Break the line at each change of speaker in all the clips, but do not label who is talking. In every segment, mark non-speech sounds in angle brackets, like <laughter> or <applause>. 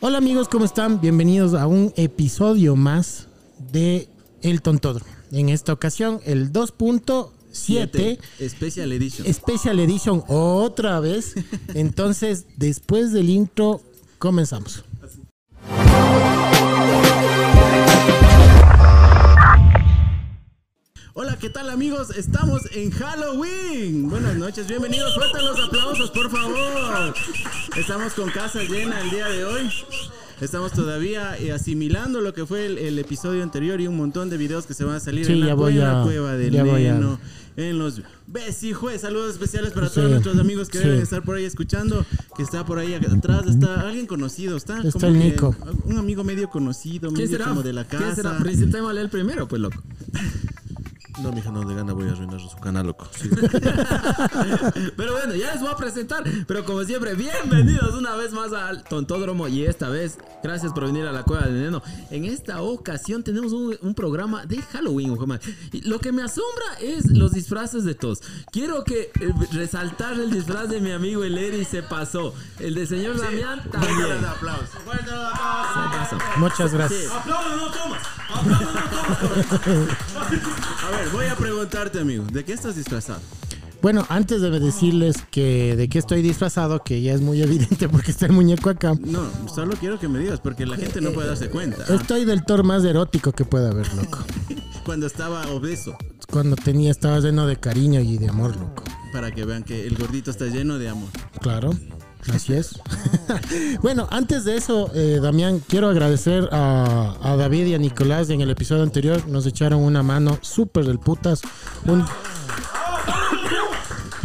Hola amigos, ¿cómo están? Bienvenidos a un episodio más de El Tontódromo. En esta ocasión, el 2.7
Special Edition.
Special Edition otra vez. Entonces, después del intro, comenzamos.
Hola, ¿qué tal amigos? Estamos en Halloween. Buenas noches, bienvenidos. Suelten los aplausos, por favor. Estamos con casa llena el día de hoy. Estamos todavía eh, asimilando lo que fue el, el episodio anterior y un montón de videos que se van a salir
Sí,
en, la,
ya voy
en la
a-
cueva del
ya voy a-
Neno, en los besijue. Saludos especiales para todos
Sí,
nuestros amigos que
sí.
deben estar por ahí escuchando, que está por ahí atrás, está alguien conocido, está,
Está
como
el
que
Nico.
un amigo medio conocido, medio
¿Quién será?
como de la casa.
¿Quién será? Presentémosle el primero, pues, loco.
No, mija, no, de gana voy a arruinar su canal, loco. Sí.
<laughs> Pero bueno, ya les voy a presentar. Pero como siempre, bienvenidos una vez más al Tontódromo. Y esta vez, gracias por venir a la Cueva del Neno. En esta ocasión tenemos un, un programa de Halloween, ojo, man. Y lo que me asombra es los disfraces de todos. Quiero que eh, resaltar el disfraz de mi amigo el Eri se pasó. El de señor Damián también.
<laughs>
aplausos.
Se pasó.
Muchas gracias.
A ver, voy a preguntarte, amigo, ¿de qué estás disfrazado?
Bueno, antes de decirles que de qué estoy disfrazado, que ya es muy evidente porque está el muñeco acá.
No, solo quiero que me digas, porque la gente no puede darse cuenta.
Estoy del Thor más erótico que pueda haber, loco.
Cuando estaba obeso,
Cuando tenía, estaba lleno de cariño y de amor, loco.
para que vean que el gordito está lleno de amor.
Claro, así es. <laughs> bueno, antes de eso, eh, Damián, quiero agradecer a, a David y a Nicolás en el episodio anterior. Nos echaron una mano súper del putas. Un,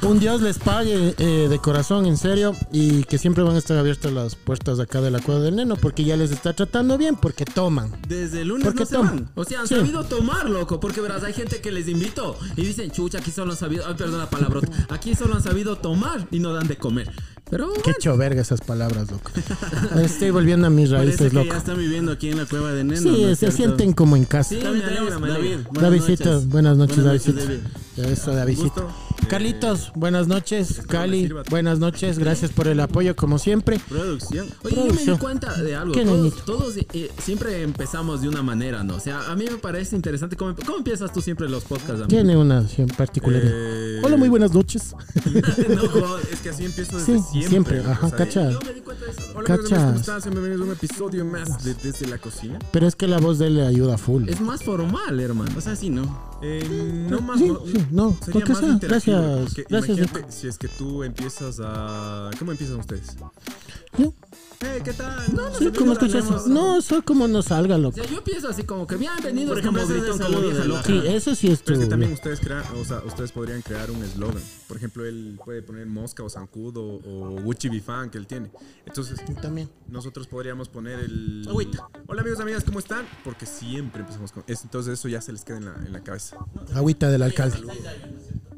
un Dios les pague eh, de corazón, en serio. Y que siempre van a estar abiertas las puertas de acá de la Cueva del Neno porque ya les está tratando bien, porque toman.
Desde el lunes
Porque
no se
toman.
van.
O sea, han
Sí.
sabido tomar, loco, porque verás, hay gente que les invito y dicen, chucha, aquí solo han sabido, ay, perdón la palabrota, aquí solo han sabido tomar y no dan de comer. Pero
Qué
bueno,
choverga esas palabras,
<laughs>
loco. Estoy volviendo a mis
Parece
raíces,
que
loco.
ya están viviendo aquí en la cueva de Neno.
Sí,
¿no es
se
cierto?
sienten como en casa.
Sí,
David,
me alegra, me
David,
alegra.
buenas
Davidcito,
noches.
buenas noches,
Buenas noches,
Davidcito.
David.
Ya ves a Davidcito.
Gusto.
Carlitos, buenas noches. Cali, buenas noches. Gracias por el apoyo, como siempre.
Producción.
Oye, yo me
Producción.
di cuenta de algo.
Qué nenito.
Todos, todos, eh, siempre empezamos de una manera, ¿no? O sea, a mí me parece interesante cómo, cómo empiezas tú siempre los podcasts, amigo.
Tiene una en particular.
Eh,
Hola, muy buenas noches.
<laughs>
<laughs>
No, joder, es que así
pues,
empiezo desde
Sí,
siempre.
siempre.
loco,
Ajá,
o sea,
cacha.
Yo me di cuenta de eso.
Hola, amigos, ¿cómo
Cachas.
están? Bienvenidos a un episodio más de Desde la Cocina.
Pero es que la voz de él le ayuda full.
Es más formal, hermano.
O sea, sí, ¿no?
Eh, no más.
Mm, sí,
no,
sí, no,
Sería
lo que
más
sea.
interactivo,
Gracias,
porque
gracias,
imagínate si es que tú empiezas a. ¿Cómo empiezan ustedes?
Yo,
Eh, ¿qué tal? No,
soy como escuchas. No, soy como nos salga,
O
loco.
sea, yo pienso así como que bienvenidos,
Por ejemplo,
como
ese es
gritón,
el
como
saludo
vieja
de la-
loca.
Sí, eso sí es tu.
Pero es que también ustedes crean, o sea, ustedes podrían crear un eslogan. Por ejemplo, él puede poner mosca o zancudo o Gucci Bifan que él tiene. Entonces,
También.
nosotros podríamos poner el.
Agüita.
Hola amigos, amigas, ¿cómo están? Porque siempre empezamos con. es- Entonces eso ya se les queda en la, en
<laughs>
la cabeza.
Agüita del alcalde.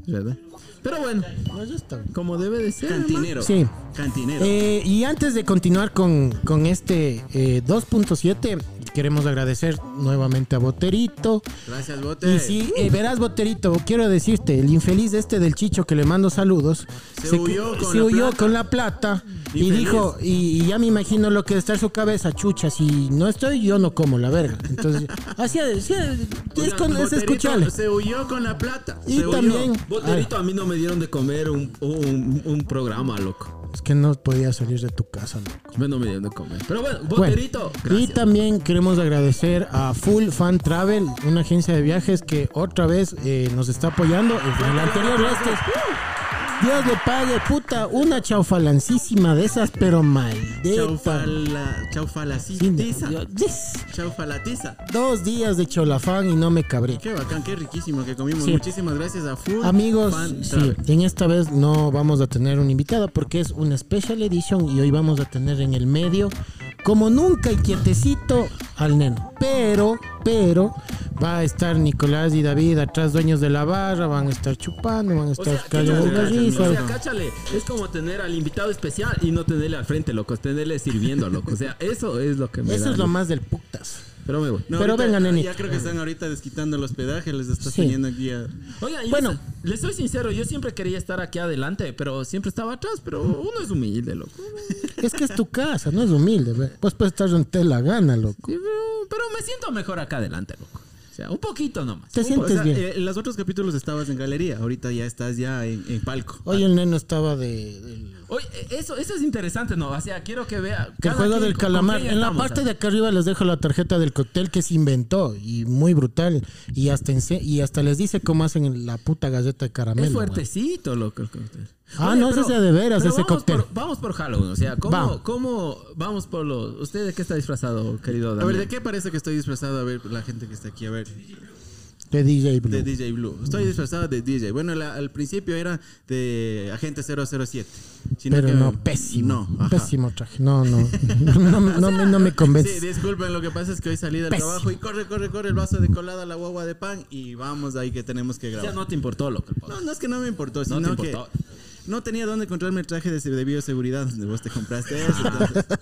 ¿Verdad? Pero bueno,
No, ya está.
como debe de ser. hermano.
Cantinero.
Sí.
Cantinero.
Eh, y antes de continuar con, con este eh, 2.7, queremos agradecer nuevamente a Boterito.
Gracias, Bote.
Y sí, eh, verás, Boterito, quiero decirte, el infeliz este del Chicho que le mando saludos,
Se huyó con
se
la
huyó
plata.
con la plata y
Infeliz.
dijo, y, y ya me imagino lo que está en su cabeza, chucha, si no estoy, yo no como la verga. Entonces, <laughs> así es, así es, es, con- es
Boterito
escucharle.
Se huyó con la plata.
Y
se huyó.
también,
Boterito, a mí no me dieron de comer un, un- un programa, loco.
ay, es que no podía salir de tu casa, ¿no?
A mí no me dieron de comer. Pero bueno,
Bueno,
Boterito,
y
gracias.
también queremos agradecer a Full Fan Travel, una agencia de viajes que otra vez eh, nos está apoyando. En el anterior este, Dios le pague, puta, una chaufalancísima de esas, pero maldita.
Chaufala,
eh, Sí,
chaufalacitiza.
Dios, yes.
Chaufalatiza.
Dos días de cholafán y no me cabré.
Qué bacán, qué riquísimo que comimos.
Sí.
Muchísimas gracias a Full.
Amigos,
Fan
sí,
Travel.
en esta vez no vamos a tener una invitada porque es una special edition y hoy vamos a tener en el medio, como nunca y quietecito, al neno. Pero, pero, va a estar Nicolás y David atrás, dueños de la barra, van a estar chupando, van a
O
estar
sea,
cayendo
cáchale,
de
cáchale,
risa.
o sea, cáchale, es como tener al invitado especial y no tenerle al frente, loco, es tenerle sirviendo, loco. O sea, eso es lo que me
Eso
da,
es lo
loco.
más del putas.
Pero me voy.
No,
Pero
ahorita-
venga, nenito.
Ya creo que están ahorita desquitando el hospedaje, les estás
Sí.
teniendo aquí a...
Oiga, y
Bueno,
esa- Le soy sincero, yo siempre quería estar aquí adelante, pero siempre estaba atrás, pero uno es humilde, loco.
Es que es tu casa, no es humilde. ve. Vos puedes estar donde te dé la gana, loco.
Sí, pero, pero me siento mejor acá adelante, loco. O sea, un poquito nomás.
Te
O sea,
sientes bien.
eh, en los otros capítulos estabas en galería, ahorita ya estás ya en, en palco.
Hoy el neno estaba de... del-
Oye, eh, eso, eso es interesante, ¿no? O sea, quiero que vea.
Que
cada
juego
quien
del
con- con
calamar.
quién
En la
estamos,
parte
¿sabes?
de acá arriba les dejo la tarjeta del cóctel que se inventó y muy brutal. Y hasta, ense- y hasta les dice cómo hacen la puta galleta de caramelo.
Es
güey.
fuertecito, loco, el cóctel.
Ah, no, ese es de veras,
pero
ese
vamos
cóctel.
por- vamos por Halloween, o sea, ¿cómo,
Vamos.
vamos. ¿cómo vamos por los. ¿Usted de qué está disfrazado, querido
A ver,
Daniel?
¿de qué parece que estoy disfrazado? A ver, la gente que está aquí, a ver.
De DJ Blue.
De DJ Blue. Estoy disfrazado de DJ. Bueno, la- al principio era de agente 007. sino
Pero
que-
no, pésimo.
No, ajá.
pésimo traje. No,
<laughs>
no. No, me- no me- no me
Sí,
convence.
disculpen, lo que pasa es que hoy salí del
Pésimo.
trabajo y corre, corre, corre el vaso de colada, la guagua de pan y vamos ahí que tenemos que
O
grabar.
sea, no te importó, loco. el
No, no es que no me importó,
No
sino
te
que
importó.
no tenía dónde encontrarme el traje de, de bioseguridad donde vos te compraste
<laughs>
eso. entonces-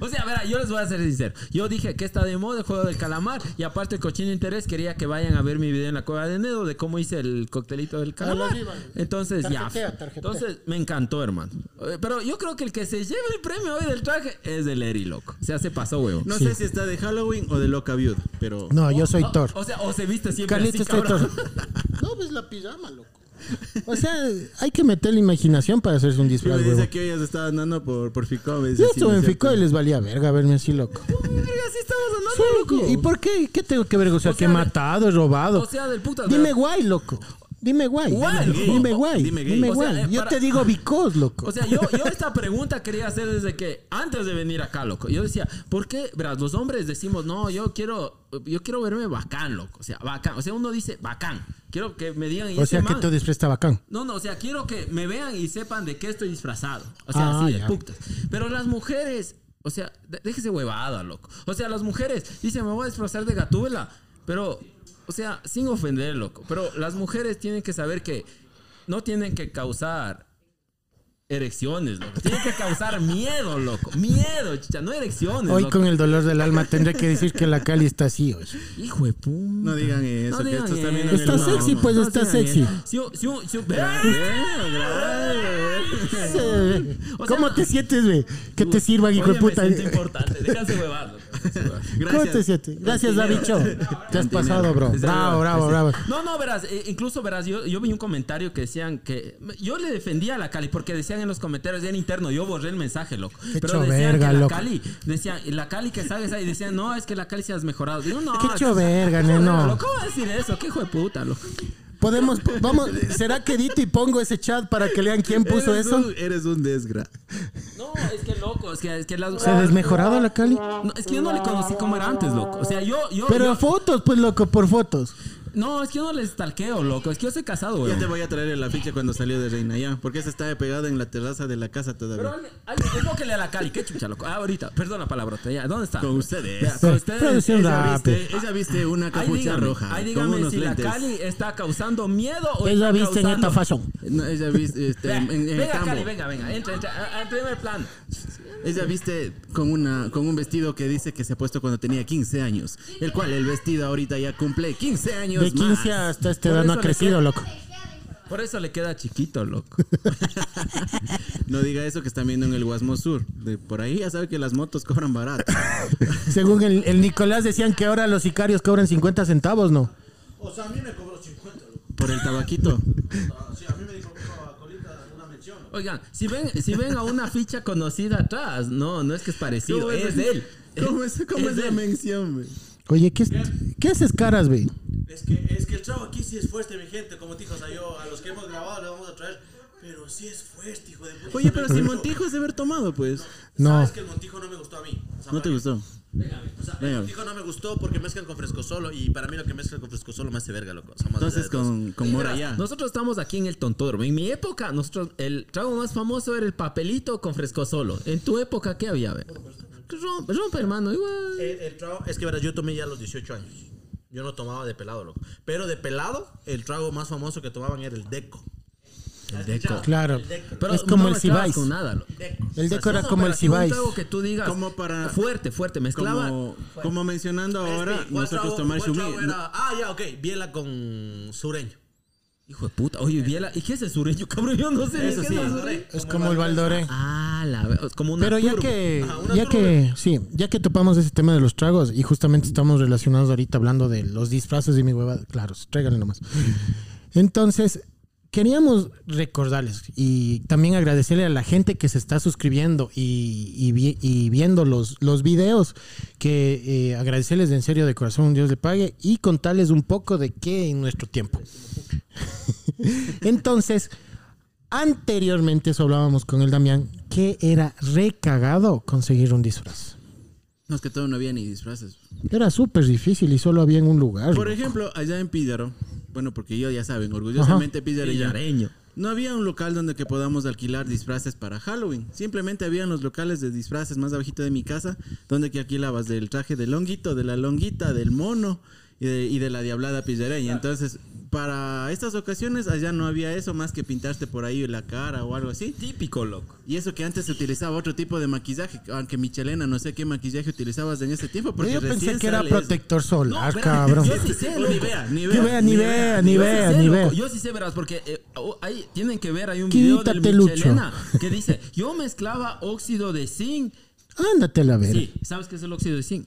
O sea, verá, yo les voy a ser sincero. Yo dije que está de moda el juego del calamar y aparte el cochino interés quería que vayan a ver mi video en la cueva de Nedo de cómo hice el coctelito del calamar.
arriba.
Entonces,
Tarjetea,
ya.
tarjetea.
Entonces, me encantó, hermano. Eh, Pero yo creo que el que se lleve el premio hoy del traje es del Eri, loco. O sea, se pasó, huevo.
no
Sí.
sé si está de Halloween o de Loca Viuda, pero
No, yo soy
O-
Thor.
O, sea, o se viste siempre
Carlitos
así, cabrón.
Thor. <laughs> No, ves la pijama, loco. O sea, hay que meter la imaginación para hacerse un
Sí,
disfraz,
me
huevo.
dice que hoy ya se está andando por, por Ficó. me dice,
Yo
sí,
estuve
¿no
en
es
Fico
cierto?
y les valía verga verme así, loco.
<laughs> Verga, así estamos andando,
Sí,
Ah, loco.
¿Y por qué? ¿Qué tengo que ver? O sea,
O
que he
sea,
matado, he robado.
o sea, del puta,
Dime
¿verdad?
guay, loco. Dime guay.
Guay, gay.
Dime guay.
Dime gay.
Dime
O sea,
guay.
eh,
Yo
para-
te digo bicos, loco.
O sea, yo, yo esta pregunta quería hacer desde que antes de venir acá, loco. Yo decía, ¿por qué, verás, los hombres decimos, no, yo quiero, yo quiero verme bacán, loco. O sea, bacán. O sea, uno dice, bacán. Quiero que me digan, y
O
ese
sea, que
man-
tu disfraz está bacán.
No, no, o sea, quiero que me vean y sepan de qué estoy disfrazado. O sea,
Ah,
así de
ya.
putas. Pero las mujeres, o sea, de- déjese huevada, loco. O sea, las mujeres dicen, me voy a disfrazar de gatúbela. Pero, o sea, sin ofender, loco. Pero las mujeres tienen que saber que no tienen que causar erecciones, loco. Tienen que causar miedo, loco. Miedo, chicha, no erecciones,
Hoy
loco.
con el dolor del alma tendré que decir que la Cali está así
<laughs>
hoy.
Hijo de puta.
No digan eso, que
digan
esto está
eso.
bien
Está
No,
sexy,
no,
pues
No
está
digan
sexy.
eso. Si un- si un- si un-
<laughs>
Eh, grave.
Sí.
O sea,
¿Cómo te sientes, güey? Que te sirva, hijo
Oye,
de puta.
Me siento importante, déjase huevado.
<laughs> ¿Cómo te
Gracias.
sientes? Gracias, Davicho. Te has pasado, bro.
Desde
Bravo,
luego,
bravo,
sí.
bravo.
No, no, verás, eh, incluso verás, yo, yo vi un comentario que decían que yo le defendía a la Cali porque decían en los comentarios en interno, yo borré el mensaje, loco.
hecho
Pero decían
verga,
que la
loco.
Cali, decían, "Y la Cali que sabes ahí, decían, "No, es que la Cali se has mejorado." Digo, "No."
Qué hecho
verga,
verga,
loco,
neno.
¿Cómo va a decir eso? Qué hijo de puta, loco.
Podemos, vamos, ¿será que edito y pongo ese chat para que lean quién puso
eres
eso?
Un, eres un desgra.
No, es que loco, es que es que la
¿Se ha desmejorado la Cali?
No, es que yo no le conocí como era antes, loco. O sea, yo yo
Pero
yo-
fotos, pues loco, por fotos.
No, es que yo no les talqueo, loco. Es que yo soy casado, güey.
Ya te voy a traer el afiche cuando salió de Reina ya, porque esa estaba pegada en la terraza de la casa
Pero
todavía.
alguien, alguien, invóquele a la Cali. Qué chucha, loco. Ah, ahorita. Perdón la palabrota. Ya, ¿dónde está?
Con ustedes.
Ya, <laughs> con
Sí,
ustedes.
producción
Ella
rápida.
Viste, ella viste una
Ahí
capucha
dígame,
roja.
ahí
con
dígame
unos
si
lentes.
la Cali está causando miedo o
Ella
está
viste en
causando-
esta fashion.
No, ella viste este,
Vea,
en, en el
venga,
tambo.
Cali, venga, venga. Entra, entra. a- a primer plano.
Ella viste con, una, con un vestido que dice que se ha puesto cuando tenía 15 años, el cual el vestido ahorita ya cumple 15 años
De 15
más.
hasta este
Por
edad no ha
eso le
crecido,
queda-
loco.
Por eso le queda chiquito, loco.
<laughs> No diga eso que están viendo en el Guasmo Sur. De por ahí ya sabe que las motos cobran barato.
Según el, el Nicolás decían que ahora los sicarios cobran 50 centavos, ¿no?
O sea, a mí me cobró 50, loco.
Por el tabaquito.
Ah, Sí, a mí me dijo "Coca colita una mención. loco".
Oigan, si ven, si ven a una ficha conocida atrás, no, no es que es parecido, es de él.
<laughs> ¿Cómo es, cómo es la mención, güey?
Oye, ¿qué, es- qué haces caras, güey?
Es que, es que el chavo aquí sí es fuerte, mi gente. Como te dijo, o sea, yo a los que hemos grabado le vamos a traer. Pero sí es fuerte, hijo de puta.
Oye, pero si Montijo es de haber tomado, pues.
No.
Sabes que el Montijo no me gustó a mí. O sea,
¿No te
para-
gustó?
O sea, el
Venga.
Montijo no me gustó porque mezclan con fresco solo. Y para mí lo que mezclan con fresco solo me hace verga, loco. O sea, más
Entonces
allá de
con, con
Sí,
Mora
verás,
ya.
Nosotros estamos aquí en el Tontódromo. En mi época, nosotros el trago más famoso era el papelito con fresco solo. En tu época, ¿qué había? Ver? Rompe, rompe, hermano,
todo.
igual.
El, el trago, es que verás, yo tomé ya a los 18 años. Yo no tomaba de pelado, loco. Pero de pelado, el trago más famoso que tomaban era el deco. El deco.
Claro.
El deco.
es como
no
el
mezclabas
Cibais.
con nada, loco.
Deco.
El deco era
No,
como
pero
el
así un
Cibais.
trago que tú digas.
Como para-
Fuerte, fuerte. Mezclaba.
Como, como mencionando ahora,
Este, ¿cuál
nosotros
trago-
tomar
cuál
Shumi.
trago era? Ah, ya, ok. Biela con sureño.
Hijo de puta. Oye, Biela. ¿Y qué es el sureño, cabrón? Yo no sé.
Eso
¿qué
sí.
Es el sureño?
Es como el Valdoré.
Ah, la ve- es como una
Pero ya
turbo.
que,
Ajá, una
ya
turba.
que, sí, ya que topamos ese tema de los tragos y justamente estamos relacionados ahorita hablando de los disfraces y mi hueva, claro, tráiganle nomás. Entonces, queríamos recordarles y también agradecerle a la gente que se está suscribiendo y, y vi- y viendo los, los videos, que eh, agradecerles de en serio de corazón, Dios le pague, y contarles un poco de qué en nuestro tiempo. <laughs> Entonces, anteriormente eso hablábamos con el Damián, que era recagado conseguir un disfraz.
No, es que todo no había ni disfraces.
Era súper difícil y solo había en un lugar.
Por
e-
loco.
ejemplo, allá en Pídaro, bueno, porque yo ya saben, orgullosamente Pídareño,
Villareño.
no había un local donde que podamos alquilar disfraces para Halloween. Simplemente habían los locales de disfraces más abajito de mi casa, donde que alquilabas del traje del longuito, de la longuita, del mono y de, y de la diablada pillareña. Entonces, para estas ocasiones allá no había eso más que pintarte por ahí la cara o algo así.
Típico, loco.
Y eso que antes se utilizaba otro tipo de maquillaje, aunque Michelena no sé qué maquillaje utilizabas en ese tiempo. Porque
yo pensé
recién
que era
sale eso.
protector solar,
espérate,
cabrón.
yo sí sé,
O
loco.
ni vea, ni
Ni vea, ni vea, ni
Yo sí
vea,
sé,
ni
loco.
vea.
Yo sí sé, verás, porque eh, oh, ahí tienen que ver, hay un video
Quítate,
del
Lucho.
Michelena que dice, yo mezclaba óxido de zinc.
Ándate a la verga.
Sí, ¿sabes qué es el óxido de zinc?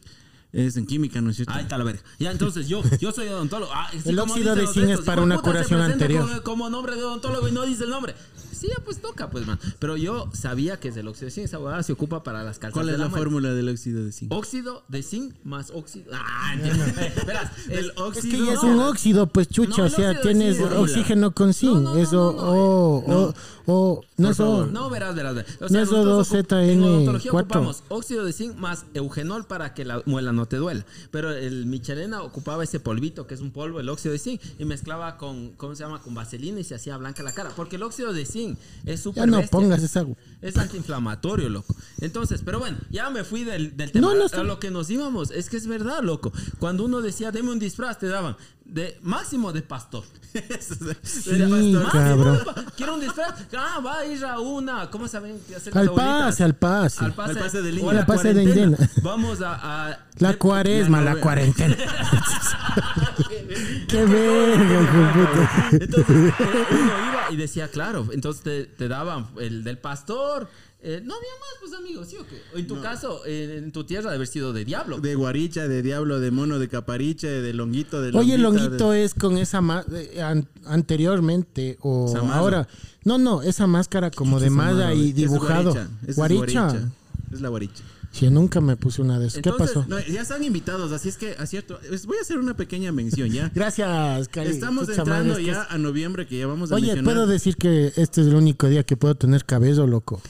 Es en química, ¿no es cierto?
Ahí está la verga. Ya, entonces yo, yo soy odontólogo. Ah, sí,
El
como
óxido
dicen
de
los
zinc es
estos,
para
hijo de
una
puta, se
curación
presenta
anterior.
Como, como nombre de odontólogo y no dice el nombre. Sí, ya, pues toca, pues, man. Pero yo sabía que es el óxido de zinc. Esa huevada se ocupa para las calzas.
¿Cuál
de
es la
mano.
fórmula del óxido de zinc?
Óxido de zinc más óxido. Ah, <laughs> entiendo. Verás,
Del
el
Es que
óxido-
ya es un
No.
óxido, pues chucha,
No,
o
el
sea,
óxido
tienes
sí es horrible.
oxígeno con zinc.
No, no, no,
eso,
no, eh. no,
oh, oh, oh, no es O.
No, verás, verás. verás. O
No es
nosotros
O2,
ocu- en
ZN4.
odontología ocupamos óxido de zinc más eugenol para que la muela no te duela. Pero el Michelena ocupaba ese polvito, que es un polvo, el óxido de zinc, y mezclaba con, ¿cómo se llama? Con vaselina y se hacía blanca la cara. Porque el óxido de zinc es súper
ya no
bestia.
pongas esa.
Es antiinflamatorio, loco. Entonces, pero bueno, ya me fui del, del tema.
No, no,
a,
está-
lo que nos íbamos, es que es verdad, loco. Cuando uno decía, deme un disfraz, te daban de máximo de pastor. <laughs>
Sí, cabrón.
Quiero un disfraz. Ah, va a ir a una. ¿Cómo saben? que hacen este, las
Al
abuelitas?
pase, al pase.
Al pase,
Al pase de
o
línea.
a la
Al pase de
cuarentena.
línea.
Vamos a. a-
La
de-
cuaresma, la
novena. <laughs>
cuarentena. <laughs> Qué verga, hijo de puta. <laughs>
Entonces, eh, uno iba y decía, claro, entonces te, te daban el del pastor. Eh, no había más, pues, amigos, ¿sí o qué? En tu caso, eh, en tu tierra, de haber sido de diablo.
De guaricha, de diablo, de mono, de capariche, de longuito, de
Oye, el
longuita,
honguito
de-
es con esa ma- eh, an- anteriormente o
Samara.
ahora. No, no, esa máscara como de malla y
Es
dibujado.
guaricha, esa es
Guaricha.
Es la guaricha.
Si nunca me puse una de esas. ¿Qué
Entonces,
pasó?
No, ya están invitados, así es que, a cierto, les voy a hacer una pequeña mención
<laughs>
ya.
Gracias, Cali.
Estamos
Puta madre,
entrando
es que
ya a noviembre que ya vamos a
Oye,
mencionar.
puedo decir que este es el único día que puedo tener cabello,
<laughs>
loco.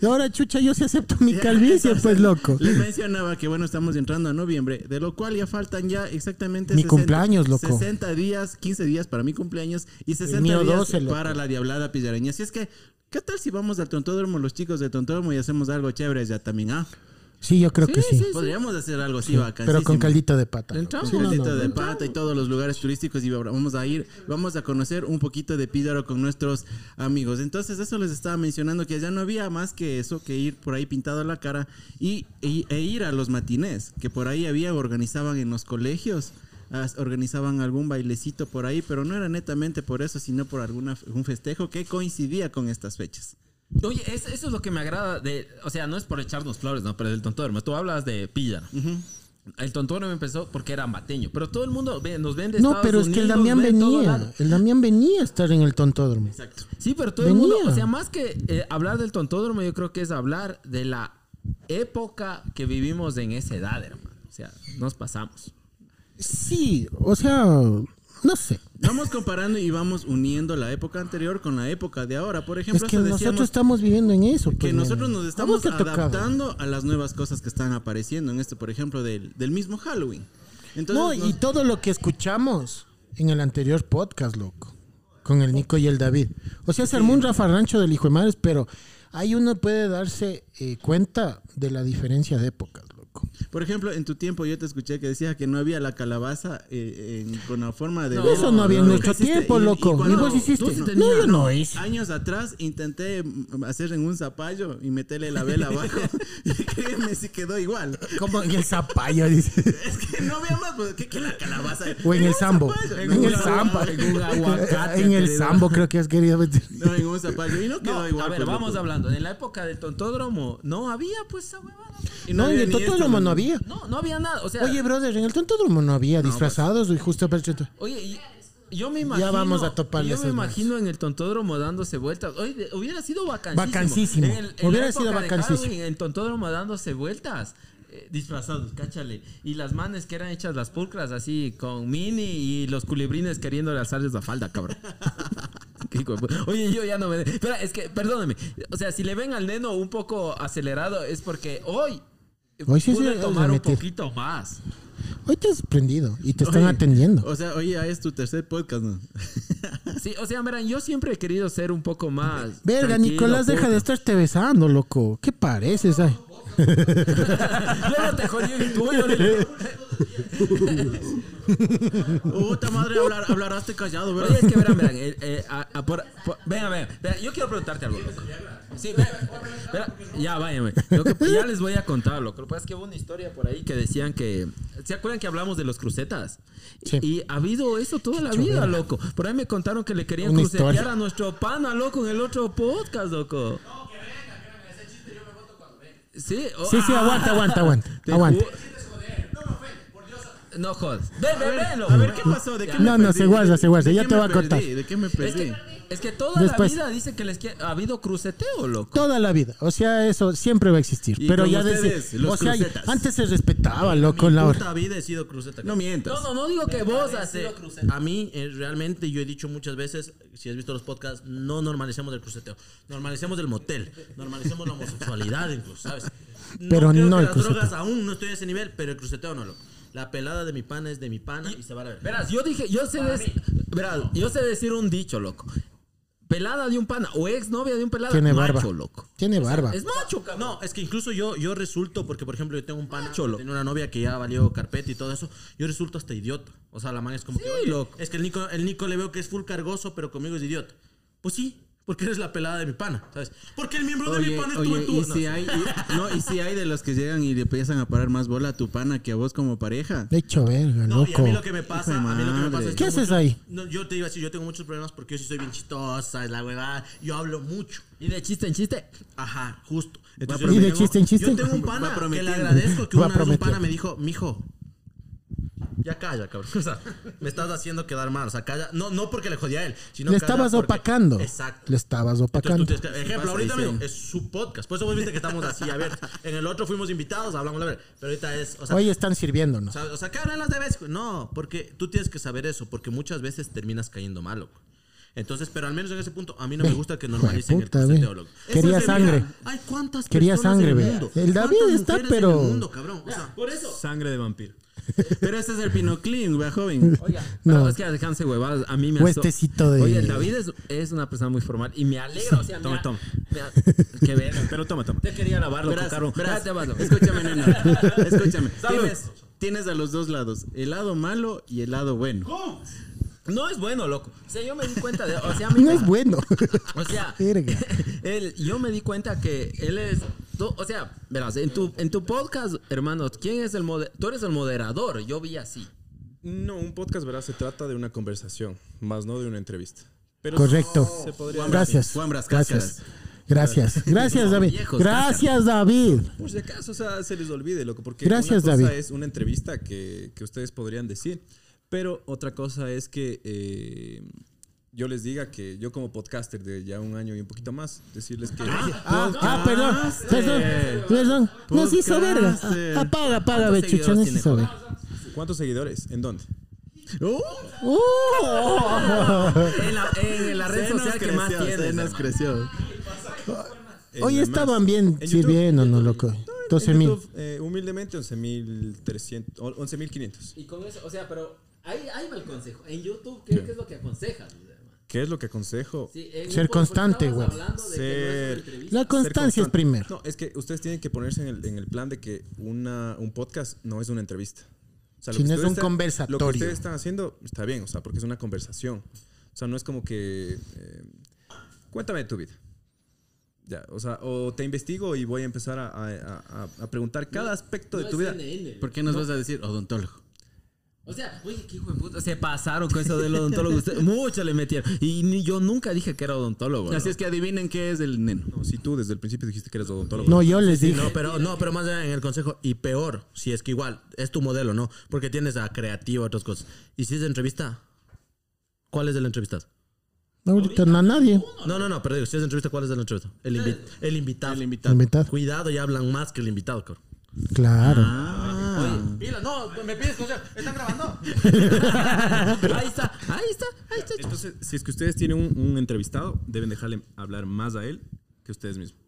Y Ahora, chucha, yo sí acepto
<laughs>
mi calvicie, pues, loco.
Les mencionaba que bueno, estamos entrando a noviembre, de lo cual ya faltan ya exactamente
Mi cumpleaños, loco.
60 días, 15 días para mi cumpleaños y 60
mío
días
12, loco.
para la diablada pillareña. Así es que, ¿qué tal si vamos al tontódromo los chicos del tontódromo y hacemos algo chévere ya también? Ah,
Sí, yo creo que sí.
podríamos hacer algo así bacán.
Pero con caldito de pata. loco.
Entramos
Sí, no,
caldito
no,
de
no.
pata y todos los lugares turísticos y vamos a ir, vamos a conocer un poquito de Pídaro con nuestros amigos. Entonces eso les estaba mencionando que ya no había más que eso que ir por ahí pintado la cara y, y- e ir a los matinés, que por ahí había, organizaban en los colegios, as- organizaban algún bailecito por ahí, pero no era netamente por eso, sino por alguna, algún festejo que coincidía con estas fechas.
Oye, es- eso es lo que me agrada de... O sea, no es por echarnos flores, no, pero del tontódromo. Tú hablas de pilla. El tontódromo empezó porque era mateño. Pero todo el mundo ve- nos vende
No, pero es que el Damián venía. El Damián venía a estar en el tontódromo.
Sí, pero todo
Venía.
el mundo... O sea, más que eh, hablar del tontódromo, yo creo que es hablar de la época que vivimos en esa edad, hermano. O sea, nos pasamos.
Sí, o sea, no sé.
Vamos comparando y vamos uniendo la época anterior con la época de ahora. Por
Es
ejemplo,
que
eso
nosotros
decíamos-
estamos viviendo en eso.
que
pues,
nosotros
nene.
nos
¿A vos
estamos
te ha tocado?
adaptando a las nuevas cosas que están apareciendo en este, por ejemplo, del, del mismo Halloween. Entonces,
no,
nos-
y todo lo que escuchamos en el anterior podcast, loco, con el Nico y el David. O sea, se armó un rafarrancho del hijo de madres, pero ahí uno puede darse eh, cuenta de la diferencia de épocas, loco.
Por ejemplo, en tu tiempo yo te escuché que decías que no había la calabaza eh, en- con la forma de.
No,
verbo.
Eso no había en
Nunca
nuestro
hiciste.
tiempo,
Y- y
loco.
cuando-
Ni vos hiciste.
tú sí tenías, Ah.
No, yo no hice.
Años atrás intenté mm, hacer en un zapallo y meterle
<laughs>
la vela abajo. <laughs> y créeme, si quedó igual.
Como en el zapallo, dice.
Es que no había más, pues, que, que la calabaza.
O en el sambo.
zapallo.
En el
un
zampa.
en un aguacate,
<laughs> En el
querido.
sambo creo que has querido meter.
No, en un zapallo. Y no quedó
No,
igual.
a ver,
pues,
vamos
loco.
hablando. En la época del tontódromo no había pues esa huevada. pues.
Y
No, en
había
el
ni esto,
tontódromo
loco.
no había.
No, no había nada. O sea,
Oye, brother, en el tontódromo no había disfrazados y justo para el tonto-
Oye, y- yo me imagino.
vamos a toparle
Yo me
esas
imagino en el tontódromo dándose vueltas. Oye, de- hubiera sido vacancísimo.
Vacancísimo.
En el- en
Hubiera
la época
sido
de
vacancísimo.
Halloween, En el tontódromo dándose vueltas. eh, disfrazados, cáchale. Y las manes que eran hechas las pulcras así con mini y los culebrines queriendo alzarles la falda, cabrón. <laughs> Qué hijo de pu- Oye, yo ya no me. Espera, es que, perdóname. O sea, si le ven al neno un poco acelerado, es porque hoy.
Hoy sí
pude
se-
tomar un
metido.
poquito más.
Hoy te has prendido y te están
Oye, Oh,
atendiendo.
O sea, oye, ahí es tu tercer
<laughs>
podcast, ¿no?
Sí, o sea, verán, yo siempre he querido ser un poco más.
Verga,
tranquilo,
Nicolás, deja de
puto.
estarte besando, loco. ¿Qué pareces? Ay?
<laughs> Luego te jodí el tuyo. Lili.
Puta madre, hablar, hablarás te callado,
Oye,
¿verdad?
es que verán, verán. eh, eh, a- a por- por- venga, venga, venga, Yo quiero preguntarte algo. Sí, ve- verá, ya, váyame. Lo que- ya les voy a contar, loco. Lo que pasa es que hubo una historia por ahí que decían que. ¿Se acuerdan que hablamos de los crucetas? Y-
Sí.
Y ha habido eso toda la
Chulo.
vida, loco. Por ahí me contaron que le querían
Una
crucetear
historia.
a nuestro pana, loco, en el otro podcast, loco. Sí, oh,
Sí, sí,
ah,
aguanta, aguanta, aguanta.
<laughs> te
Aguanta.
ju- No jodas. Ven, ven, ven,
A
loco.
ver, ¿qué pasó? ¿De qué me
No, no,
perdí?
se guarda, se guarda,
¿De
ya
qué
te
me
voy a contar.
perdí? ¿De qué me
Es
perdí?
que, es que toda
Después.
la vida dice que les que- ha habido cruceteo, loco.
Toda la vida. O sea, eso siempre va a existir.
Y
Pero
con
ya
ustedes,
desde.
los
O sea,
crucetas.
antes se respetaba, loco, la hora.
Puta vida he sido cruceta.
No mientas.
No, no, no digo que vos haces.
A mí, eh, realmente, yo he dicho muchas veces, si has visto los podcasts, no normalicemos el cruceteo. Normalicemos el motel. Normalicemos la homosexualidad, <laughs> incluso, ¿sabes?
Pero no
creo que
el
las
cruceteo.
drogas aún no estoy a ese nivel, pero el cruceteo no, loco. La pelada de mi pana es de mi pana y, se va a la verga.
Verás, yo dije, yo sé, des- verás, yo sé decir un dicho, loco. Pelada de un pana o ex novia de un pelada.
Tiene
macho,
barba.
loco.
Tiene barba.
Es macho, cabrón.
No, es que incluso yo, yo resulto, porque por ejemplo yo tengo un pana, tiene una novia que ya valió carpeta y todo eso, yo resulto hasta idiota. O sea, la man es como que, "Oye,
loco.
es que el Nico, el Nico le veo que es full cargoso, pero conmigo es idiota. Pues sí, porque eres la pelada de mi pana, ¿sabes? Porque el miembro de mi
Oye,
pana estuvo
oye,
en tu...
y
No,
si hay, y- no, y si hay de los que llegan y le empiezan a parar más bola a tu pana que a vos como pareja.
De hecho, verga,
No, y a
loco.
mí lo que me pasa, a mí lo que me pasa es
¿Qué
que
haces
mucho-
ahí?
No, yo te digo así, yo tengo muchos problemas porque yo sí soy bien chistosa, es la huevada, yo hablo mucho.
Y de chiste en chiste.
Ajá, justo. Entonces,
prometiendo.
yo
¿Y de chiste en chiste?
Yo
<laughs>
tengo un
Va
pana que le
prometiendo.
agradezco que
Va
una vez un pana
prometiendo.
me dijo, mijo, ya calla, cabrón. <laughs> O sea, me estás haciendo quedar mal. O sea, calla. No, no porque le jodía a él, sino
Le
calla
estabas
porque-
opacando.
Exacto.
Le estabas
Entonces,
opacando.
tú tienes que- ejemplo, ahorita
dicen.
mismo es su podcast. Por eso vos viste que estamos así, a ver. En el otro fuimos invitados, hablamos la verdad. Pero ahorita es, o sea,
Hoy están sirviéndonos.
o sea, o sea, ¿qué hablan las de veces? No, porque tú tienes que saber eso, porque muchas veces terminas cayendo mal, loco. Entonces, pero al menos en ese punto, a mí no me gusta que normalicen el
Puta, ve.
cruceteo, loco. Eso
Quería
es de mirar.
sangre.
Ay, cuántas
Quería
personas
sangre,
en
ve.
el mundo.
El David
cuántas
está,
mujeres
pero-
En el mundo, cabrón. O sea, por eso.
Sangre de vampiro. este
Pero ese es el pinoclín, güey, joven.
Oiga,
No.
pero es que dejanse huevadas. A mí me aso-
Huestecito de-
Oye, el David es, es una persona muy formal y me alegra. O sea,
Toma,
me a-
toma.
me a- Qué verga.
<laughs> Pero toma, toma.
Te quería lavarlo,
Verás,
Caro.
verás.
Ya te vas, loco.
<laughs>
Escúchame, nena.
<laughs>
Escúchame.
Salud.
Tienes, tienes a los dos lados, el lado malo y el lado bueno.
No es bueno, loco. O sea, yo me di cuenta de. O sea, a mí
No
me-
es bueno.
O sea,
Verga.
<laughs> él, yo me di cuenta que él es. tú- o sea, verás, en tu, en tu podcast, hermano, ¿quién es el moderador? Tú eres el moderador, yo vi así.
No, un podcast, ¿verdad? Se trata de una conversación, más no de una entrevista. Pero
Correcto.
Se podría
Gracias.
Juan Bras,
Gracias. Gracias. Gracias, David.
viejos,
Gracias, David.
Por si acaso, pues, o sea, se les olvide, loco, porque
Gracias,
una cosa
David.
es una entrevista que, que ustedes podrían decir, pero otra cosa es que eh, yo les diga que yo como podcaster de ya un año y un poquito más, decirles que...
Ah, ah, perdón. Perdón. Perdón. No se hizo verga.
Podcaster.
Ah, Apaga, apaga,
¿Cuántos
Bechucha. No se
seguidores tiene,
hizo verga.
¿Cuántos seguidores? ¿En dónde?
Oh, Uh.
<laughs>
En la, en la red
Se nos
social que más
creció, se
tienes.
nos
hermano.
creció.
En
Hoy
la
estaban
más.
bien
En YouTube.
sirviéndonos, loco.
En
12 mil.
YouTube, eh, humildemente 11.300, o- 11.500.
Y con eso, o sea, pero ahí, ahí va el consejo. En YouTube, ¿qué, qué es lo que aconsejas? hermano?
¿Qué es lo que aconsejo?
Ser constante, güey.
Ser.
La constancia es
constante.
primero.
No, es que ustedes tienen que ponerse en el, en el plan de que una, un podcast no es una entrevista. O sea,
Si no es
ustedes
un
están-
conversatorio.
Lo que ustedes están haciendo está bien, o sea, porque es una conversación. O sea, no es como que. eh, cuéntame tu vida. Ya, o sea, o te investigo y voy a empezar a, a- a- a- a preguntar cada aspecto de tu vida.
¿Por qué nos vas a decir odontólogo?
O sea, oye, qué hijo de puta. Se pasaron con eso del odontólogo. Usted- mucho le metieron. Y ni- yo nunca dije que era odontólogo. ¿no?
Así es que adivinen qué es el neno.
No, si tú desde el principio dijiste que eres odontólogo.
No, yo les dije.
No, pero, no, pero más allá en el consejo, y peor, si es que igual, es tu modelo, ¿no? Porque tienes a creativo, otras cosas. Y si es de entrevista, ¿cuál es el entrevistado?
Ahorita no a nadie.
No, no, no, pero digo, si es de entrevista, ¿cuál es el entrevistado? El, invi- el invitado. Eh, El
La mitad.
Cuidado, ya hablan más que el invitado, cabrón.
Claro.
Ah,
Mira, no, me pides consejo. ¿Están grabando?
Ahí está, ahí está, ahí está.
Entonces, si es que ustedes tienen un, un entrevistado, deben dejarle hablar más a él que ustedes mismos.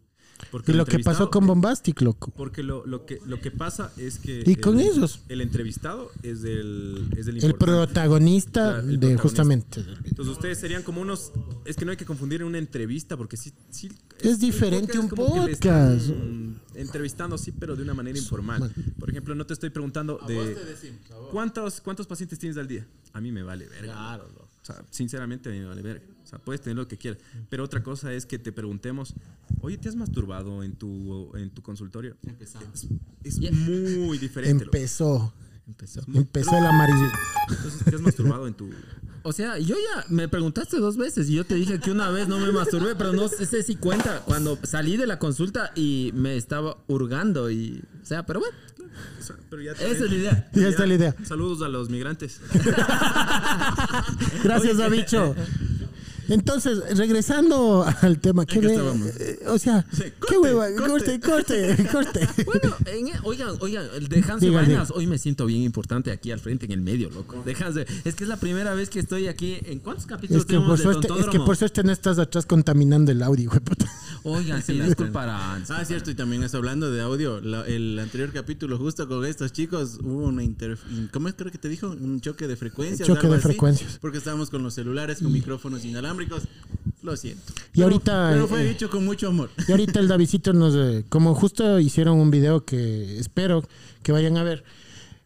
Porque
Y
el
lo que pasó
entrevistado-
con Bombastic, loco.
Porque lo, lo, que, lo que pasa es que.
Y con
el-
esos.
El entrevistado es del. Es del
El
importante.
protagonista
Claro, el
de
protagonista.
justamente.
Entonces ustedes serían como unos. Es que no hay que confundir en una entrevista porque sí. sí
Es diferente un
como que le están,
podcast.
mm, entrevistando, sí, pero de una manera informal. Por ejemplo, no te estoy preguntando de. ¿Cuántos, cuántos pacientes tienes al día? A mí me vale verga. O sea, sinceramente a mí me vale verga. O sea, puedes tener lo que quieras. Pero otra cosa es que te preguntemos, oye, ¿te has masturbado en tu, en tu consultorio? Es, es muy diferente. loco.
Empezó. Empezó el amarillo.
Entonces, ¿te has masturbado en tu...?
O sea, yo ya me preguntaste dos veces y yo te dije que una vez no me masturbé, pero no sé si cuenta cuando salí de la consulta y me estaba hurgando y, o sea, pero bueno,
o sea, pero ya te-
esa es la idea.
Ya está la idea.
Saludos a los migrantes.
Gracias, Davicho. Entonces, regresando al tema, ¿qué
qué
ve-
estábamos?
eh, O sea, qué
corte,
hueva, corte,
corte. <laughs>
corte, corte.
Bueno, en- oigan, oigan, el de Hans y
Diga,
Vainas, hoy me siento bien importante aquí al frente, en el medio, loco. De Hans, es que es la primera vez que estoy aquí. ¿En cuántos capítulos
Es que,
tenemos
por
de
suerte, es que
Tontódromo?
por suerte no estás atrás contaminando el audio, güey. puta. <laughs>
Oigan, sí, disculparán.
Ah, cierto, y también es hablando de audio. la- el anterior capítulo, justo con estos chicos, hubo una inter... ¿Cómo es creo que te dijo? Un choque de frecuencias.
Choque
algo
de
así,
frecuencias.
porque estábamos con los celulares, con micrófonos inalámbricos. Lo siento.
Y ahorita,
Pero fue
eh,
dicho con mucho amor.
Y ahorita el Davidito nos... eh, como justo hicieron un video que espero que vayan a ver,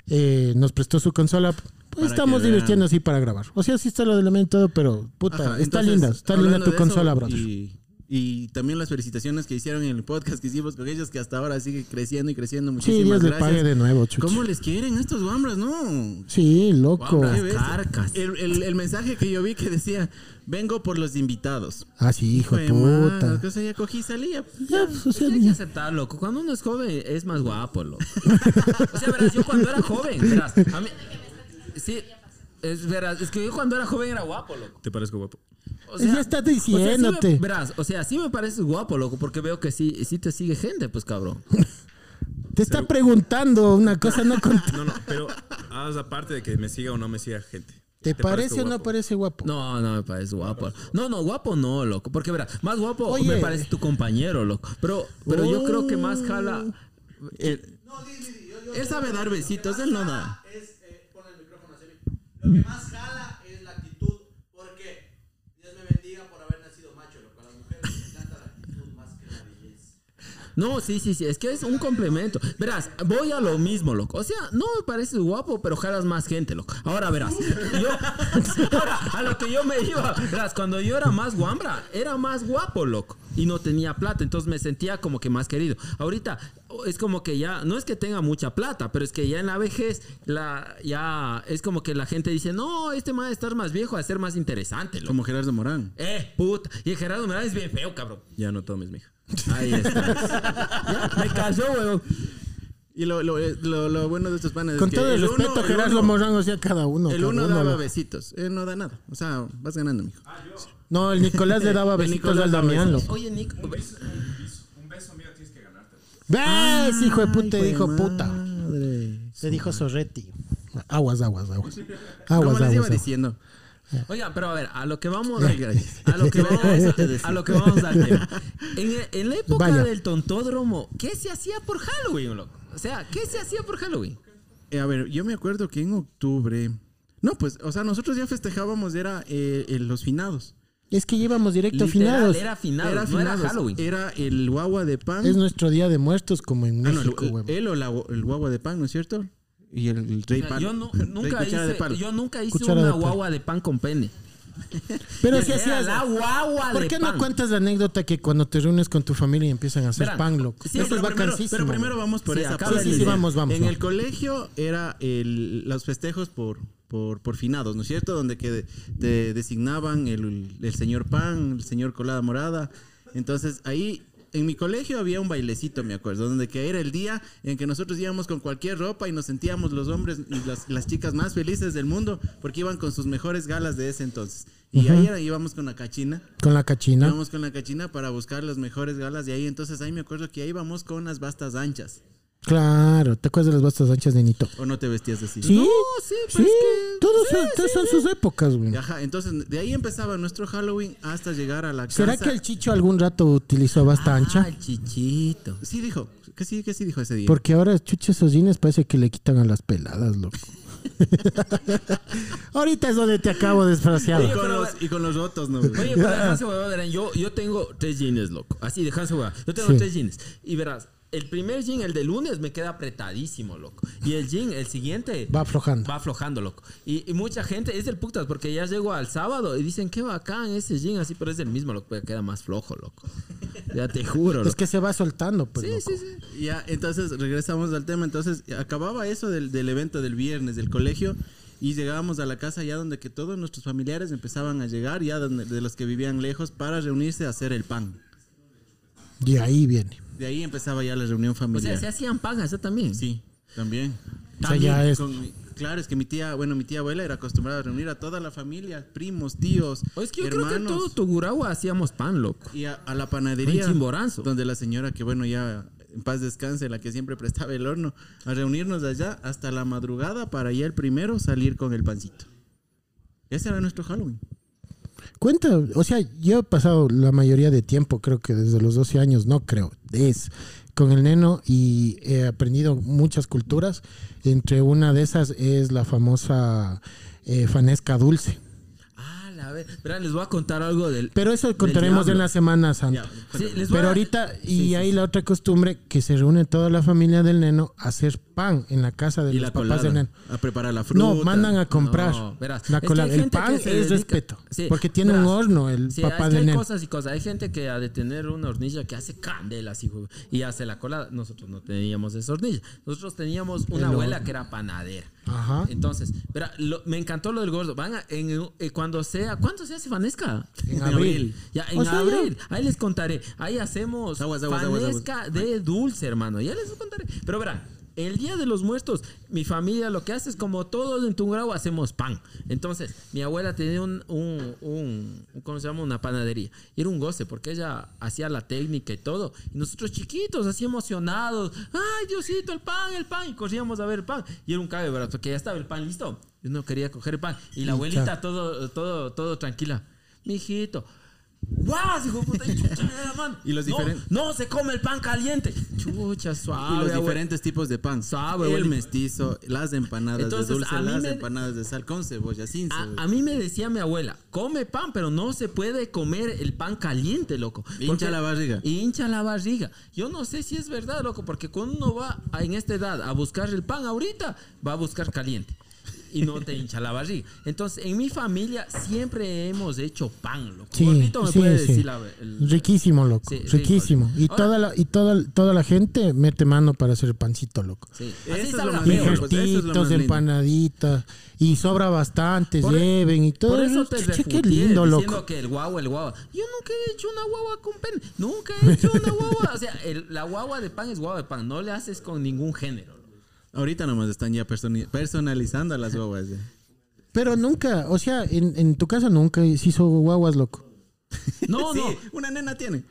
eh, nos prestó su consola. Pues
Para
estamos
que vean.
divirtiendo así para grabar. O sea, sí está lo del elemento, pero puta,
<laughs> Ajá,
está
entonces,
linda, está linda
hablando
tu
de
consola,
eso,
brother.
Y, y también las felicitaciones que hicieron en el podcast que hicimos con ellos, que hasta ahora sigue creciendo y creciendo. Muchísimas
Sí, Dios le
gracias.
pague de nuevo, chuchi.
¿Cómo les quieren a estos guambras? No.
Sí, loco.
Qué bestia.
carcas.
El, el- el mensaje que yo vi que decía, vengo por los invitados.
Ah, sí, hijo de
Fue mal,
puta.
cosa ya cogí y salía.
Ya, pues, o sea,
Hay que
ya.
aceptar, loco. Cuando uno es joven es más guapo, loco. O sea, verás, yo cuando era joven, verás, a mí... Sí, es, verás, es que yo cuando era joven era guapo, loco.
Te parezco guapo.
O
Ya estás
sí me-
diciéndote.
verás, o sea, sí me pareces guapo, loco, porque veo que sí, sí te sigue gente, pues, cabrón.
Te está preguntando una cosa,
<laughs>
no cont-
No, no, pero haz aparte de que me siga o no me siga gente.
¿Te parece
parezco
o no
guapo.
parece guapo?
No, no me parece guapo. No, no, guapo no, loco. Porque verás, más guapo
Oye.
me parece tu compañero, loco. Pero, pero yo creo que más jala. el-
Él sabe dar besitos, él no da.
es eh, pon el micrófono así. Lo que más jala es la actitud, porque Dios me bendiga por haber nacido macho, lo que a las mujeres les encanta la actitud más que la belleza.
No, sí, sí, sí. Es que es un complemento. Verás, voy a lo mismo, loco. O sea, no me pareces guapo, pero jalas más gente, loco. Ahora verás. Yo, <laughs> ahora, a lo que yo me iba. Verás, cuando yo era más guambra, era más guapo, loco. Y no tenía plata. Entonces me sentía como que más querido. Ahorita es como que ya. No es que tenga mucha plata, pero es que ya en la vejez. La, ya es como que la gente dice: No, este man va a estar más viejo, va a ser más interesante, loco.
Como Gerardo Morán.
Eh, puta. Y el Gerardo Morales es bien feo, cabrón.
Ya no tomes, mija.
Ahí está. Ya, me cayó, weón.
Y lo, lo, eh, lo, lo bueno de estos panes
Con
es
todo
que
el respeto,
uno- el
Gerardo
uno-
Morán, o sea, cada uno.
El
cada
uno
uno,
daba
loco.
besitos, él no da nada. O sea, vas ganando, mijo.
No, el Nicolás le daba
<laughs> El
besitos
Nicolás
al
daba
Damián,
besitos.
loco.
Oye, Nico.
Un beso mío tienes que ganarte.
¿Ves, hijo de puta?
Ay,
dijo
güey,
puta.
Ah, madre.
Te dijo Sorretti. Aguas, aguas, aguas.
Como
Aguas,
les iba
aguas. aguas.
diciendo.
Oigan, pero a ver, a lo que vamos a, a lo que vamos a lo que vamos al tema. En, en la época
Vaya.
del tontódromo, ¿qué se hacía por Halloween, loco? O sea, ¿qué se hacía por Halloween?
Eh, a ver, yo me acuerdo que en octubre. No, pues, o sea, nosotros ya festejábamos, era eh, eh, los finados.
Es que llevamos directo
Literal,
afinados.
Era afinado,
Era,
no era
finados,
Halloween.
Eh,
era el guagua de pan.
Es nuestro día de muertos como en
Ah, no,
México,
el-
huevón.
el, o la- el guagua de pan, ¿no es cierto? Y el, el rey
O sea,
pan.
yo, no-
Rey
nunca
cuchara de
hice,
palo.
yo nunca hice
Cuchara de
una
palo.
guagua de pan con pene.
Pero si
Era
hacías...
la guagua
¿Por
de
qué
pan.
no cuentas la anécdota que cuando te reúnes con tu familia y empiezan a hacer
Verán,
pan, loco?
sí,
Eso es
pero, primero,
bacanísimo.
pero primero vamos por
Sí,
esa
acaba
parte.
Sí, sí, sí, vamos, vamos,
En
vamos.
el colegio era el- los festejos por, por, por finados, ¿no es cierto? Donde que de- te designaban el, el señor pan, el señor colada morada. Entonces ahí... En mi colegio había un bailecito, me acuerdo, donde que era el día en que nosotros íbamos con cualquier ropa y nos sentíamos los hombres y las, las chicas más felices del mundo porque iban con sus mejores galas de ese entonces. Y ahí era- íbamos con la cachina.
Con la cachina.
Íbamos con la cachina para buscar las mejores galas de ahí. Entonces ahí me acuerdo que ahí íbamos con las bastas anchas.
Claro, ¿te acuerdas de las bastas anchas de Nito?
¿O no te vestías así?
Sí,
sí, pero
sí,
es que-
todos son, todos son sus épocas, güey.
Ajá, entonces de ahí empezaba nuestro Halloween hasta llegar a la casa.
¿Será que el Chicho algún rato utilizó basta ancha?
Ah, chichito.
Sí dijo, que sí, que sí dijo ese día.
Porque ahora chuches esos jeans parece que le quitan a las peladas, loco. Ahorita es donde te acabo desfraciado.
Y con, los, y con los rotos, ¿no?
Oye, pero dejarse huevada, verán, yo, yo tengo tres jeans, loco. Así, dejarse huevada. Yo tengo
Sí.
tres jeans. Y verás, el primer jean, el de lunes, me queda apretadísimo, loco. Y el jean, el siguiente...
Va aflojando.
Va aflojando, loco. Y, y mucha gente es del putas porque ya llego al sábado y dicen, qué bacán ese jean, así, pero es el mismo, loco, pero queda más flojo, loco. Ya te
<laughs>
juro,
Es
loco.
que se va soltando, pues.
Sí,
loco.
sí,
<laughs>
sí.
Ya, entonces regresamos al tema. Entonces acababa eso del, del evento del viernes, del colegio, y llegábamos a la casa ya donde que todos nuestros familiares empezaban a llegar, ya donde- de los que vivían lejos, para reunirse a hacer el pan.
Y ahí viene.
De ahí empezaba ya la reunión
O
familiar.
sea, se hacían pagas, ya también.
Sí, también.
O sea, ya es.
Con mi- claro, es que mi tía, bueno, mi tía abuela era acostumbrada a reunir a toda la familia, primos, tíos,
O es que yo
hermanos.
creo que en todo Tuguragua hacíamos pan, loco.
Y a, a la panadería.
En Chimborazo.
Donde la señora, que bueno, ya en paz descanse, la que siempre prestaba el horno, a reunirnos allá hasta la madrugada para ya el primero salir con el pancito. Ese era nuestro Halloween.
Cuenta, o sea, yo he pasado la mayoría de tiempo, creo que desde los 12 años, no creo, es con el neno y he aprendido muchas culturas. Entre una de esas es la famosa eh, fanesca dulce.
Ah, la ver. Verán, les voy a contar algo del...
Pero eso contaremos en
diablo.
la Semana Santa.
Sí, les voy
Pero
a-
ahorita, y hay la otra costumbre, que se reúne toda la familia del neno a hacer pan en la casa de
Y
los
la
papás
colada.
del neno.
A preparar la fruta.
No, mandan a comprar.
No, verás.
la
Es que
colada.
hay
el
gente
pan
que
es
se dedica-
respeto.
Sí,
porque tiene un
verás.
horno el
Sí,
papá
es que
del
hay
neno.
cosas y cosas. Hay gente que ha de tener una hornilla que hace candelas hijo, y hace la colada. Nosotros no teníamos esa hornilla. Nosotros teníamos una abuela que era panadera.
Ajá.
Entonces, verá, lo- me encantó lo del gordo. Van a- en- eh, cuando sea, ¿cuándo se hace Vanesca?
En abril.
Ya, <laughs> en
O sea, ya.
abril. Ahí les contaré. Ahí hacemos
Aguas, aguas, aguas, aguas.
Vanesca de dulce, hermano. Ya les contaré. Pero verán, el día de los muertos, mi familia lo que hace es como todos en Tungrau hacemos pan. Entonces, mi abuela tenía un, un, un- un- ¿cómo se llama? Una panadería. Y era un goce porque ella hacía la técnica y todo. Y nosotros chiquitos, así emocionados. Ay, Diosito, el pan, el pan. Y corríamos a ver el pan. Y era un cabe, ¿verdad? Porque ya estaba el pan listo. Y uno quería coger el pan. Y la abuelita todo, todo, todo tranquila. Mijito. ¡Guau! Hijo de puta, y chucha, me da la mano.
Y los
No,
diferen-
no, se come el pan caliente. Chucha, suave.
Y los
abue-
diferentes tipos de pan.
Suave,
el
abuelito.
mestizo, las empanadas de
Entonces,
dulce,
a mí
las
me-
empanadas de sal, con cebolla, sin
A,
cebolla.
a mí me decía mi abuela, come pan, pero no se puede comer el pan caliente, loco.
Hincha
Porque-
la barriga.
Hincha la barriga. Yo no sé si es verdad, loco, porque cuando uno va a- en esta edad a buscar el pan ahorita, va a buscar caliente. Y no te hincha la barriga. Entonces, en mi familia siempre hemos hecho pan, loco.
Sí,
Gordito me
sí,
puede
sí.
decir la- el-
riquísimo, loco.
Sí, rico.
riquísimo. Y,
Ahora-
toda la, y toda, toda la gente mete mano para hacer el pancito, loco.
Sí.
Eso
Así
es lo
sabrá
más
feo,
rico.
loco.
pues, eso es lo más
Injertitos,
lindo.
empanaditas. Y sobra bastante,
Por- e-
lleven y todo.
Por eso te
Chucha,
refuté
qué lindo,
diciendo
loco.
que el guagua, el guagua. Yo nunca he hecho una guagua con pen. Nunca he hecho una guagua. O sea, el- la guagua de pan es guagua de pan. No le haces con ningún género.
Ahorita nomás están ya personi- personalizando
<laughs>
las guaguas. ya.
Pero nunca, o sea, en, en tu casa nunca se hizo guaguas, loco.
No,
Sí,
¿Oh, no.
una nena tiene.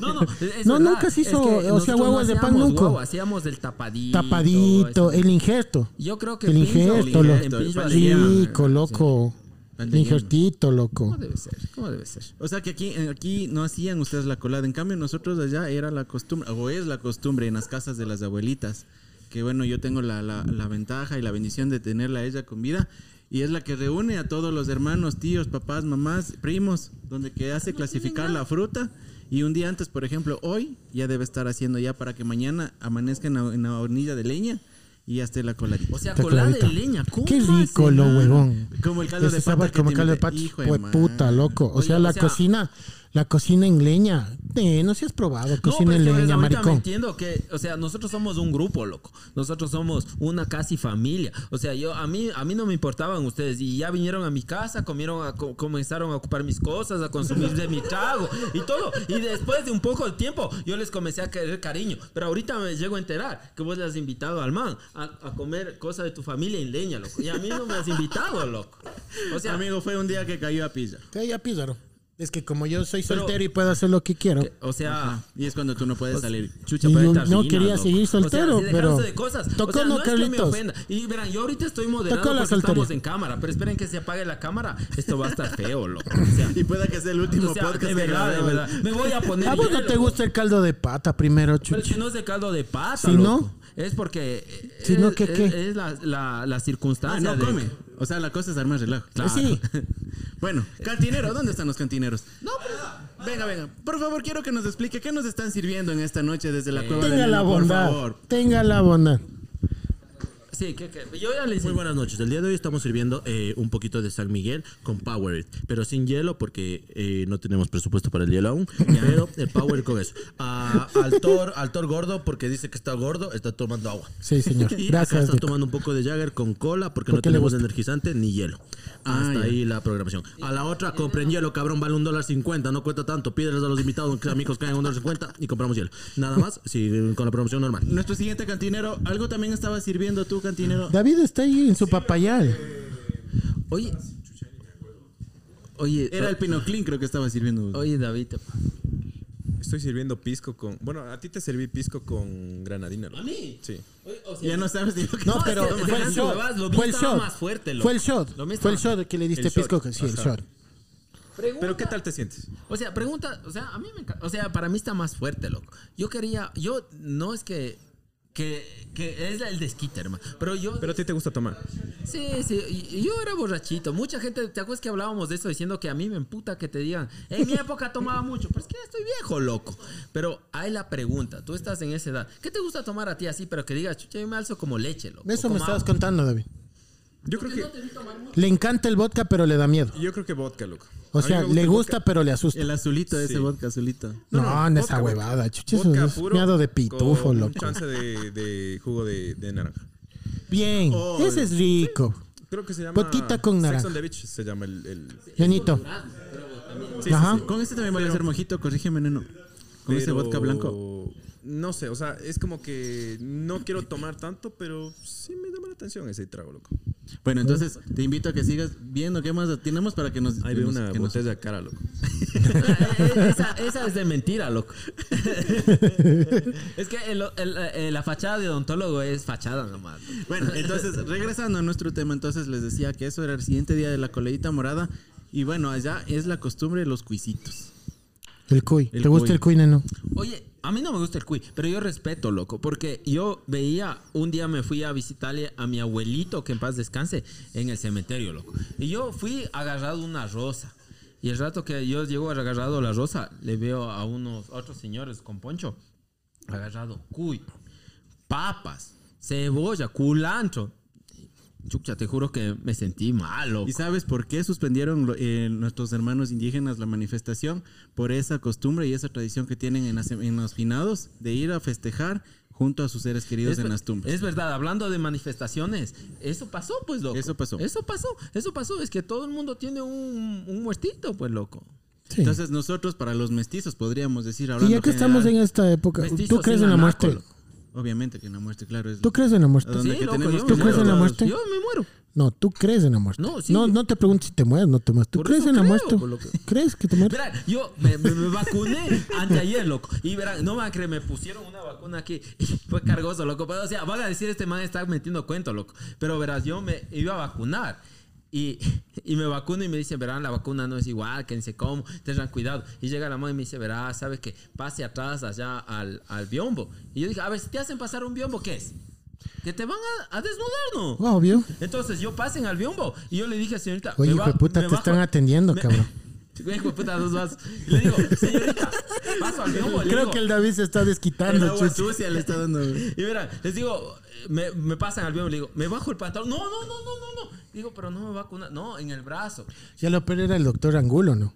No, no. es
No,
verdad.
nunca se hizo, o sea,
nosotros
guaguas de pan
hacíamos
nunca.
guagua, hacíamos del tapadito.
Tapadito,
ese.
el injerto.
Yo creo que
El
Pincho-
injerto, loco.
en
injerto,
Pincho
pan de
así-
yema.
Rico, loco. El injertito, loco.
¿Cómo debe ser? ¿Cómo debe ser?
O sea que aquí, eh, aquí no hacían ustedes la colada. En cambio, nosotros allá era la costumbre, o es la costumbre en las casas de las abuelitas. Que bueno, yo tengo la, la- la ventaja y la bendición de tenerla a ella con vida. Y es la que reúne a todos los hermanos, tíos, papás, mamás, primos, donde que hace clasificar la fruta. Y un día antes, por ejemplo, hoy ya debe estar haciendo ya para que mañana amanezca en la, en la hornilla de leña y ya esté la coladita.
O sea,
Está
colada de
clarita.
leña. ¿cómo
Qué
hace?
rico lo huevón.
Como el caldo
Ese
de
sabe
pata.
como
que te
caldo de
invité.
pata.
Hijo
Pues
madre.
puta, loco. O
Oye,
sea, la
o sea-
cocina, la cocina en leña. Eh, no si has probado cocina
pero es
en
que ves,
leña,
ahorita Me
maricón.
entiendo que, o sea, nosotros somos un grupo, loco. Nosotros somos una casi familia. O sea, yo a mí a mí no me importaban ustedes y ya vinieron a mi casa, comieron, a- co- comenzaron a ocupar mis cosas, a consumir de mi trago y todo. Y después de un poco de tiempo, yo les comencé a querer cariño. Pero ahorita me llego a enterar que vos le has invitado al man a, a comer cosas de tu familia en leña, loco. Y a mí no me has invitado, loco. O sea,
Amigo, fue un día que cayó a pizza.
Te ya pízaro. Es que como yo soy
Pero-
soltero y puedo hacer lo que quiero.
o sea,
Y es cuando tú no puedes salir.
Chucha,
Y
pero
yo
estas
no
rinas,
quería
loco.
seguir
O sea,
soltero,
sí, dejarse
pero
de cosas. O
tocó,
sea,
¿no,
no, es que me
Carlitos?
ofenda. Y verán, yo ahorita estoy moderado
Tocó la
porque
soltería.
estamos en cámara, pero esperen que se apague la cámara. Esto va a estar
<laughs>
feo, loco. O sea,
Y pueda que sea el último
o sea,
podcast
de
que
verdad, de
grabemos.
verdad. Me voy a poner
¿A vos no
hielo,
te gusta el caldo de pata primero,
pero
chucho?
si no es de caldo de pata,
Si no-
loco. es porque eh,
Si no,
es-
¿qué,
es-
qué?
Es, la, la, la
Ah,
circunstancia
no
de-
come. O sea, la cosa es armar relajo.
Eh,
Pues
Sí,
<laughs> Bueno, cantinero, ¿dónde están los cantineros? No, pero... Venga, venga. Por favor, quiero que nos explique qué nos están sirviendo en esta noche desde
Eh,
la cueva
tenga
del
la
Neno, por
bondad.
favor.
Tenga la bondad.
Sí, que, que- yo ya les
Muy buenas noches. El día de hoy estamos sirviendo eh, un poquito de San Miguel con Powerade, pero sin hielo porque eh, no tenemos presupuesto para el hielo aún. Pero el Powerade con eso. Ah, al, Thor, al Thor gordo porque dice que está gordo, está tomando agua.
Sí, señor.
<laughs> Y acá
Gracias.
está
Dick.
tomando un poco de Jagger con cola
Porque
porque no
le
tenemos
gusta.
energizante ni hielo. Hasta ahí la programación. A la otra, compren hielo, cabrón, vale un dólar cincuenta, no cuesta tanto. Pídeles a los invitados, aunque sean amigos caigan un dólar cincuenta y compramos hielo. Nada más, sí, con la promoción normal.
Nuestro siguiente cantinero, algo también estaba sirviendo tú, cantinero.
David está ahí en su papayal.
Oye. Oye,
Era el pinoclín creo que estaba sirviendo.
oye, David. te-
Estoy sirviendo pisco con. Bueno, a ti te serví pisco con granadina. ¿A
mí?
Sí.
Ya no sabes ni lo que...
No,
No,
pero
es que
fue el
dejaste
shot.
huevadas, lo mío
Fue el
estaba
shot.
más fuerte, loco.
Fue el shot.
Lo mío
Fue el
estaba-
shot que le diste
El
pisco.
shot.
Sí, el
Ajá.
shot.
Pero ¿qué tal te sientes?
O sea, pregunta, o sea, a mí me encanta, o sea, para mí está más fuerte, loco. Yo quería, yo no es que que, que es el desquite, hermano. Pero yo
Pero a ti te gusta tomar.
sí, sí, y- y yo era borrachito. Mucha gente, ¿te acuerdas que hablábamos de eso diciendo que a mí me emputa que te digan, "Eh, en mi época tomaba mucho, pero es que ya estoy viejo, loco. Pero hay la pregunta, tú estás en esa edad. ¿Qué te gusta tomar a ti así, pero que digas, chucha, yo me alzo como leche, loco?
Eso
como
me estabas
agua"?
contando, David.
Yo creo que.
Le encanta el vodka, pero le da miedo.
Yo creo que vodka, loco. A
O
mí
sea,
me
le
el
gusta,
vodka-
pero le asusta.
El azulito de
Sí.
ese vodka azulito.
No, no,
vodka,
Ah, esa
vodka.
huevada, chucha, eso
Vodka
es
puro
meado de
con
pitufo,
un
loco.
chance de, de jugo de, de naranja.
Bien, ese es rico.
Creo que se llama.
Vodquita con naranja.
Sex on the Beach se llama el. el-
Lenito.
Ah.
Ajá.
Con este también vale ser mojito, corrígeme, neno. Con ese
pero-
vodka blanco.
No sé, o sea, es como que no quiero tomar tanto, pero sí me llama la atención ese trago, loco.
Bueno, entonces te invito a que sigas viendo qué más tenemos para que nos...
Ahí
que
veo
nos-
una
que nos-
botella cara, loco.
esa, esa es de mentira, loco. <laughs> es que el- el- eh, la fachada de odontólogo es fachada nomás. loco.
Bueno, <laughs> entonces, regresando a nuestro tema, entonces les decía que eso era el siguiente día de la coleita morada. Y bueno, allá es la costumbre de los cuisitos.
El cuy.
El
¿Te gusta
cuy.
el cuy, neno?
Oye, a mí no me gusta el cuy, pero yo respeto, loco, porque yo veía, un día me fui a visitarle a mi abuelito, que en paz descanse, en el cementerio, loco. Y yo fui agarrado una rosa. Y el rato que yo llego agarrado la rosa, le veo a unos otros señores con poncho agarrado cuy, papas, cebolla, culantro. Chucha, te juro que me sentí mal, loco.
¿Y sabes por qué suspendieron lo- eh, nuestros hermanos indígenas la manifestación? Por esa costumbre y esa tradición que tienen en, las- en los finados de ir a festejar junto a sus seres queridos
Es
en
ver-
las tumbas.
Es verdad, hablando de manifestaciones, eso pasó, pues, loco.
Eso pasó.
Eso pasó, eso pasó. Es que todo el mundo tiene un, un muertito, pues, loco.
Sí.
Entonces nosotros, para los mestizos, podríamos decir, hablando
Y ya que estamos en
general,
esta época,
Mestizo
¿tú crees
sin
en la
anaco,
muerte?
loco. Ah.
Obviamente que en la muerte, claro. Es
¿Tú crees en la muerte?
Donde que tenemos
yo
¿Tú
me
crees en la
muero.
muerte?
Yo me muero.
No, tú crees en la muerte. No,
No, sí.
no, te preguntes si te mueres, no te mueres. ¿Tú
Por
crees
eso
en la
creo,
muerte?
por lo que-
¿Crees que te mueres?
Verán, yo me, me- me vacuné anteayer, loco. Y verán, no van a creer, me pusieron una vacuna aquí. Y fue cargoso, loco. Pero, o sea, van a decir, este man está metiendo cuento, loco. Pero verás, yo me iba a vacunar. Y, y me vacuno y me dicen, verán, la vacuna no es igual, que ni sé cómo, tengan cuidado. Y llega la mamá y me dice, verás, ¿sabes qué? Pase atrás allá al, al biombo. Y yo dije, a ver, si te hacen pasar un biombo, ¿qué es? que te van a, a desnudar, ¿no?
Obvio.
Entonces yo pasen al biombo y yo le dije, señorita,
Oye,
me
hijo
ba-
de puta,
me
te
bajo-
están atendiendo,
<laughs>
cabrón.
Hijo de puta, dos más. Y le digo, señorita, paso al biombo. le
Creo
digo,
que el David se está
El
desquitando,
agua
chucha.
sucia le está dando. güey.
Y verán, les digo, eh, me, me pasan al biombo, le digo, me bajo el pantalón. No, no, no, no, no, no. Digo, pero no me vacuna. No, en el brazo.
Ya lo peor era el doctor Angulo, ¿no?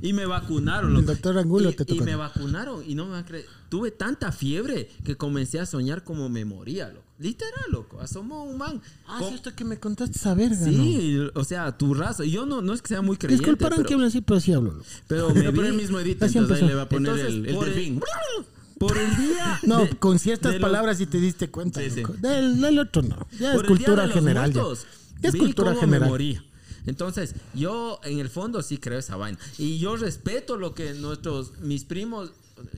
Y me vacunaron. loco.
El doctor Angulo
y,
te tocó.
Y me vacunaron y no me van a creer. Tuve tanta fiebre que comencé a soñar como me moría, loco. Literal, loco. Asomó un man.
Ah,
Con-
cierto que me contaste esa verga,
sí, o sea, tu raza. Y yo no, no es que sea muy
¿no?
creyente.
Disculparán
pero,
que hable así, pero sí hablo. loco.
pero me
No,
vi.
pero él mismo edita,
Así
entonces ahí
empezó.
le va a poner
Entonces,
el, el
por
<laughs>
el-
delfín.
Por el día.
<laughs> No,
de-
con ciertas
de los-
palabras sí te diste cuenta,
Sí, sí.
loco. Del, del otro no. Ya es
por el Día
cultura
de los
general. ya.
Muertos,
Ya es
vi
cultura
cómo
general.
Me moría. Entonces, yo en el fondo sí creo esa vaina. Y yo respeto lo que nuestros, mis primos.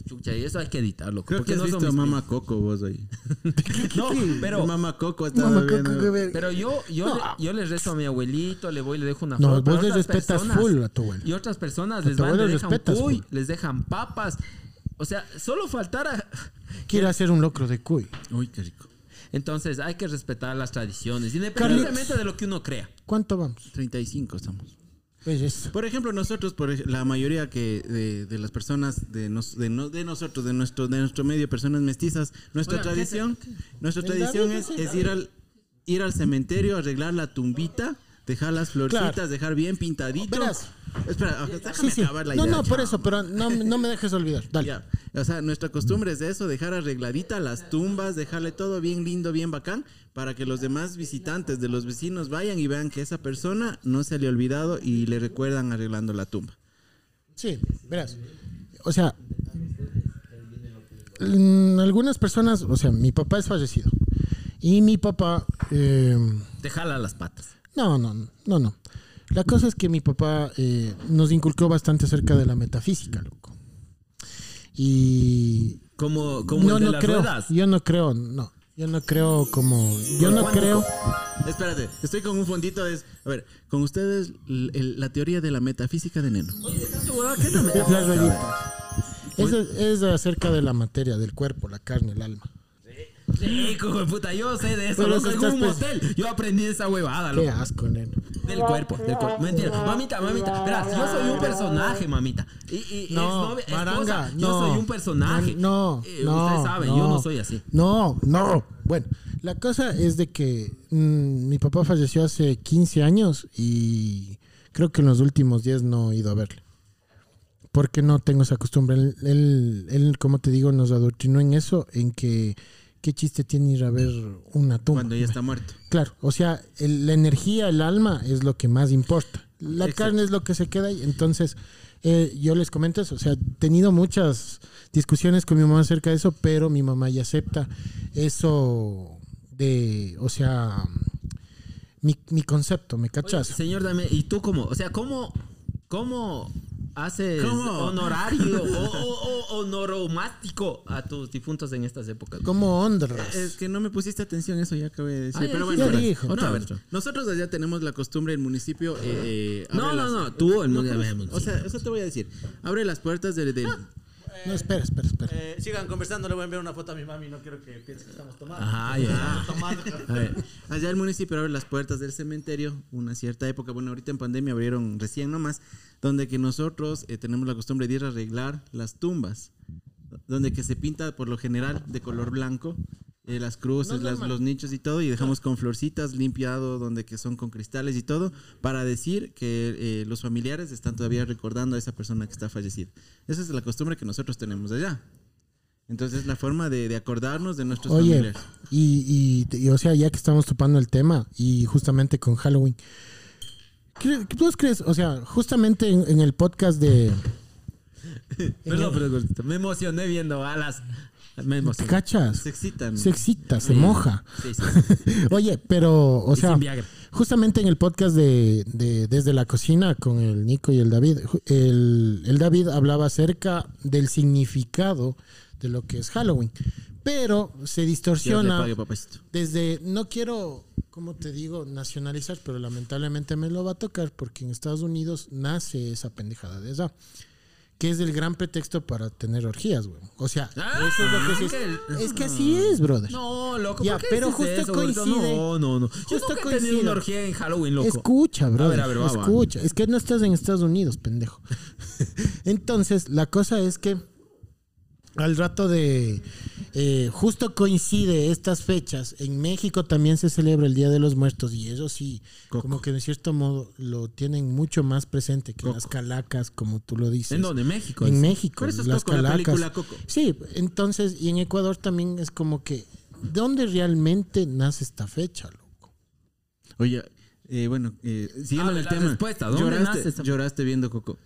Chucha, y eso hay que editarlo.
Creo
porque
que has
no son
visto
mis
Mama Coco vos ahí.
primos. No,
<laughs>
pero,
Mama Coco está
Mamá, ¿qué-
viendo.
qué verga?
pero yo, yo,
No.
le, yo le rezo a mi abuelito, le voy y le dejo una
No,
flor, pero
vos le
otras
respetas full a tu abuelo.
Y otras personas
A
les
tu
van, le
abuelo
dejan
respetas
cuy,
full.
les dejan papas. O sea, solo faltara. <laughs>
Quiero hacer un locro de cuy.
Uy, qué rico.
Entonces, hay que respetar las tradiciones, independientemente de lo que uno crea.
¿Cuánto vamos?
35 estamos.
Pues eso.
Por ejemplo, nosotros, por ej- la mayoría que de, de las personas de, nos- de, no- de nosotros, de nuestro, de nuestro medio, personas mestizas, nuestra
Oiga,
tradición, nuestra
El
tradición
David
es,
dice-
es ir al ir al cementerio, arreglar la tumbita, dejar las florcitas, dejar bien pintadito.
Verás.
Espera,
Sí,
déjame
sí.
acabar la
No,
idea.
no, por eso, pero no, no me dejes olvidar. Dale.
Ya, O sea, nuestra costumbre es de eso, dejar arregladita las tumbas, dejarle todo bien lindo, bien bacán, para que los demás visitantes de los vecinos vayan y vean que esa persona no se le ha olvidado y le recuerdan arreglando la tumba.
Sí, verás. O sea, mm, algunas personas, o sea, mi papá es fallecido. Y mi papá, eh,
Te jala las patas.
no, no, no, no. La cosa es que mi papá eh, nos inculcó bastante acerca de la metafísica, loco. Y
Como, como el de las
creo,
ruedas.
yo no creo, no, yo no creo como, yo no creo.
Espérate, estoy con un fondito de... A ver, con ustedes l- el- la teoría de la metafísica de Neno.
Es la rayita. Eso es, es acerca de la materia, del cuerpo, la carne, el alma.
Sí, hijo de puta, yo sé de eso.
Pero
loco,
eso
en un
estás pens-
motel yo aprendí esa huevada,
Qué
loco.
asco, neno.
Del cuerpo, del cuerpo. Mentira. Mamita, mamita, verás, yo soy un personaje, mamita. Y, y y
No,
es novia-
Maranga,
esposa,
no.
Yo soy un personaje.
No,
Eh,
no.
Ustedes saben, yo no soy así.
No, no. Bueno, la cosa es de que mm, mi papá falleció hace 15 años y creo que en los últimos 10 no he ido a verle. Porque no tengo esa costumbre. Él, él, él, como te digo, nos adoctrinó en eso, en que qué chiste tiene ir a ver una tumba.
Cuando ya está muerto.
Claro, o sea, el- la energía, el alma es lo que más importa. La carne es lo que se queda ahí. Entonces, eh, yo les comento eso. O sea, he tenido muchas discusiones con mi mamá acerca de eso, pero mi mamá ya acepta eso de, o sea, mi, mi concepto, ¿me cachas?
Señor, dame, ¿y tú cómo? O sea, ¿cómo, cómo haces
¿Cómo?
<laughs> honorario o, o, o honoromático a tus difuntos en estas épocas?
¿Cómo honras?
Es que no me pusiste atención, eso ya acabé de decir.
Ay,
pero
ya
bueno,
dijiste. Ya
ahora-
dijo.
otra
No,
vez. Nosotros allá tenemos la costumbre del municipio. eh, eh,
No,
abre
no,
las-
no, tú, el Ah. mundo.
O sea, eso te voy a decir. Abre las puertas del... del-
No, espera, espera, espera.
Eh, sigan conversando, le voy a enviar una foto a mi mami, no quiero que piense que estamos tomando.
Ajá, ya.
Tomando.
A ver.
Allá el municipio abre las puertas del cementerio una cierta época, bueno, ahorita en pandemia abrieron recién nomás, donde que nosotros eh, tenemos la costumbre de ir a arreglar las tumbas, donde que se pinta por lo general de color blanco eh, las cruces, las- los nichos y todo, y dejamos con florcitas limpiado, donde que son con cristales y todo, para decir que eh, los familiares están todavía recordando a esa persona que está fallecida. Esa es la costumbre que nosotros tenemos allá. Entonces es la forma de, de acordarnos de nuestros
Oye,
familiares.
y, y- y, o sea, ya que estamos topando el tema y justamente con Halloween, ¿cre- ¿qué ¿tú crees? O sea, justamente en, en el podcast de...
Perdón, pero me emocioné viendo alas. Me
¿Te
emocioné.
cachas?
Se excitan.
Se excita, se moja. <laughs>
Sí, sí, sí.
Oye, pero, o
Y
sea,
sin Viagra.
justamente en el podcast de, de Desde la Cocina con el Nico y el David, ju- el, el David hablaba acerca del significado de lo que es Halloween, pero se
Dios le
distorsiona.
pague, papacito.
desde, no quiero, como te digo, nacionalizar, pero lamentablemente me lo va a tocar porque en Estados Unidos nace esa pendejada de esa, que es el gran pretexto para tener orgías, güey. O sea,
Ah,
eso es lo que sí es.
que-
Es que así es, brother.
No, loco.
Ya,
¿por qué
pero
dices
justo
eso, Gordito?
coincide.
No, no, no. Yo
Justo
nunca he tenido
coincide.
una orgía en Halloween, loco.
Escucha, bro.
ver, a ver, va, va.
escucha. Es que no estás en Estados Unidos,
<laughs>
pendejo. Entonces, la cosa es que al rato de. eh, justo coincide estas fechas. En México también se celebra el Día de los Muertos y eso sí, como que de cierto modo lo tienen mucho más presente que las calacas, como tú lo dices.
¿En dónde? México.
En
es.
México,
Por eso es
las
Coco, la
calacas.
película Coco.
Sí, entonces, y en Ecuador también es como que, ¿dónde realmente nace esta fecha, loco?
Oye, eh, bueno, eh, siguiendo
Hable
el
Ah, la
tema.
respuesta, ¿dónde nace
lloraste,
esta-
lloraste viendo Coco.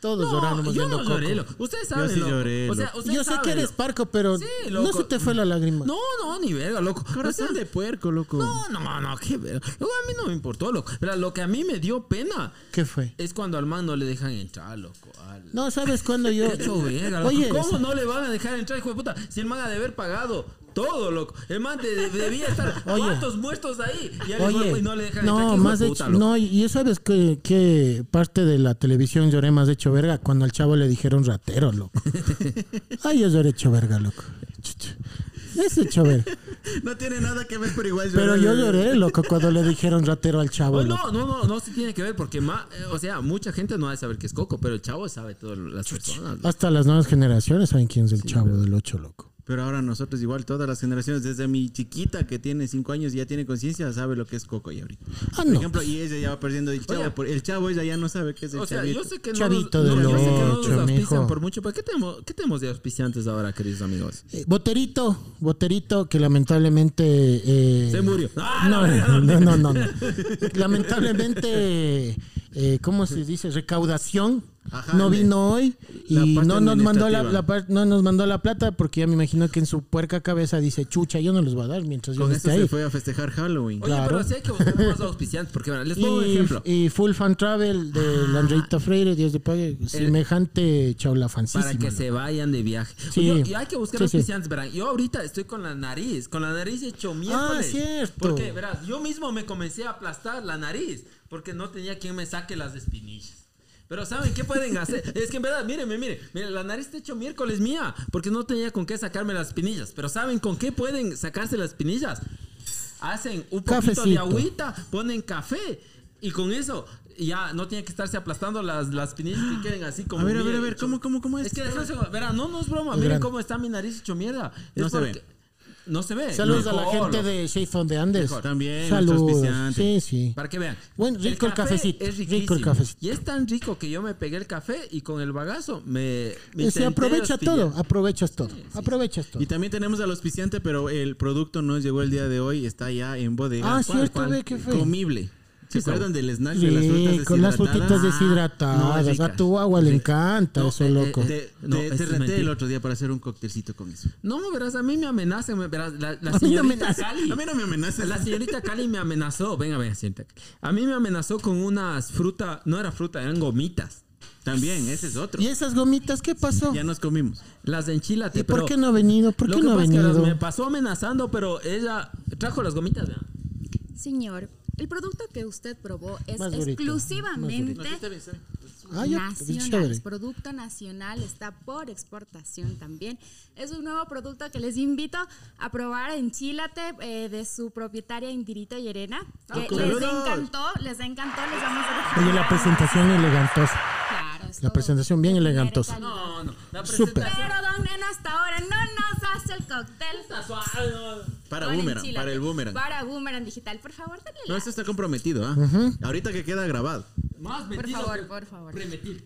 Todos
No,
lloramos
yo
viendo
no
Coco.
lloré, loco. Ustedes saben,
sí
loco.
lloré,
O sea,
loco.
ustedes
Yo sé
saben,
que eres
loco.
parco, pero
Sí,
no
loco.
se te fue la lágrima.
No, no, ni verga, loco. O sea,
Corazón de puerco, loco.
No, no, no, qué verga. Luego a mí no me importó, loco. Pero lo que a mí me dio pena
¿Qué fue?
es cuando al man no le dejan entrar, loco. Al...
No, ¿sabes cuándo yo...?
Hecho verga, loco.
Oye,
¿Cómo no le van a dejar entrar, hijo de puta? Si el man ha de haber pagado todo, loco. El man de- de- debía estar
<laughs> Oye.
cuántos muertos ahí. Y al hijo de-
Oye,
y no le dejan entrar.
no,
hijo de
más de
puta,
hecho-
loco.
no, y y sabes que, que parte de la televisión lloré más de hecho verga cuando al chavo le dijeron ratero,
<laughs>
loco. Ay, yo lloré hecho verga, loco. Chucha. Es hecho verga.
No tiene nada que ver, pero igual
Pero yo
lloré.
lloré, loco, cuando le dijeron ratero al chavo.
Oh,
loco.
no, no, no, no se tiene que ver porque ma- eh, o sea, mucha gente no ha de saber que es Coco, pero el chavo sabe todas las personas. loco.
Hasta las nuevas generaciones saben quién es el chavo del 8, loco.
Pero ahora nosotros igual, todas las generaciones, desde mi chiquita que tiene 5 años y ya tiene conciencia, sabe lo que es Coco ya ahorita.
Ah,
Por
no.
ejemplo, y ella ya va perdiendo el chavo.
Oye.
por- el chavo ella ya no sabe qué es el
O sea,
chavito.
yo sé que no
Chavito
nos,
del
no, yo sé que no nos
ocho,
auspician
mijo.
por mucho, pero ¿qué tenemos, ¿qué tenemos de auspiciantes ahora, queridos amigos?
Eh, Boterito, Boterito, que lamentablemente. eh,
Se murió. ¡Ah,
No,
la
no, no, no, no. Lamentablemente, eh, ¿cómo se dice? Recaudación.
Ajá,
no
le-
vino hoy y
la parte
no nos mandó la,
administrativa.
la par- no nos mandó la plata porque ya me imagino que en su puerca cabeza dice chucha, yo no los voy a dar mientras yo
Con
no
eso
esté
se
ahí.
fue a festejar Halloween.
Oye,
Claro.
pero sí hay que buscar
<laughs>
más auspiciantes, porque bueno, les pongo un
Y,
ejemplo.
y Full Fan Travel de
Ah.
la Andreita Freire, Dios le pague, semejante chaulafancísima.
Para que se vayan de viaje.
Sí.
Oye, y hay que buscar
Sí, sí.
auspiciantes, verán. Yo ahorita estoy con la nariz, con la nariz hecho miércoles.
cierto.
Porque, verás, yo mismo me comencé a aplastar la nariz porque no tenía quien me saque las espinillas. Pero ¿saben qué
<laughs>
pueden hacer? Es que en verdad, mírenme, miren, miren, la nariz está hecho miércoles mía porque no tenía con qué sacarme las espinillas. Pero ¿saben con qué pueden sacarse las espinillas? Hacen un poquito de
Cafecito.
agüita, ponen café y con eso ya no tiene que estarse aplastando las, las espinillas que queden así como
A ver, a ver,
miel
a ver,
hecho-
¿cómo, cómo, cómo es?
es que déjame un segundo. Verá, no, no es broma.
Es
Miren
grande.
cómo está mi nariz hecho mierda.
No
Es
se
porque-
ve.
No se ve.
Saludos a la
Mejor,
gente
loco.
de Shade on the Andes.
También, nuestro
Saludos. Sí,
auspiciante.
sí.
Para que vean.
Buen, rico el
café
cafecito,
Es
rico el
riquísimo.
cafecito.
Y es tan rico que yo me pegué el café y con el bagazo me. me
se
intenté
aprovecha
despillar.
todo, aprovechas todo, aprovechas todo.
Y también tenemos al auspiciante, pero el producto no llegó el día de hoy, está ya en bodega.
Ah, cierto, ve, qué feo.
Comible. ¿Se acuerdan del snack de las
Sí,
frutas deshidratadas?
con las frutitas
No,
deshidratadas.
ricas.
a tu agua le encanta eso,
eh,
loco.
eh,
Te,
No,
te-
eso
te
es mentira.
reté el otro día para hacer un coctelcito con eso.
No, verás, a mí me amenazan. me- Verás, la, la
no me
señorita
amenazan.
Cali.
A mí no me amenazas.
La señorita Cali me amenazó. Venga, venga, señorita Cali. A mí me amenazó con unas frutas. No era fruta, eran gomitas.
También, ese es otro.
¿Y esas gomitas qué pasó?
Ya nos comimos.
Las de enchilate.
¿Y por
pero-
qué no ha venido? ¿Por
Lo
qué
que
no ha
pasa es que las- me
venido?
pasó amenazando, pero ella trajo las gomitas, ¿verdad?
Señor, el producto que usted probó es
Más durito,
exclusivamente
Ah, ya,
pues,
nacional.
chévere.
Es producto nacional, está por exportación también. Es un nuevo producto que les invito a probar en Chílate eh, de su propietaria Indirita Llerena.
Ah,
Que les encantó, les encantó, les vamos a dejar.
Oye, la presentación elegantosa.
Claro, es
la
todo
presentación bien
de primera
elegantosa.
calidad.
No, no. La
Súper.
Pero don Neno hasta ahora no nos hace el cóctel.
Para
con
Boomerang,
enchilate.
para el Boomerang.
Para Boomerang Digital, por favor, denle
No,
like.
esto está comprometido, ¿ah? Ahorita que queda grabado.
Más
Por
metido
favor,
que
por favor.
premetido.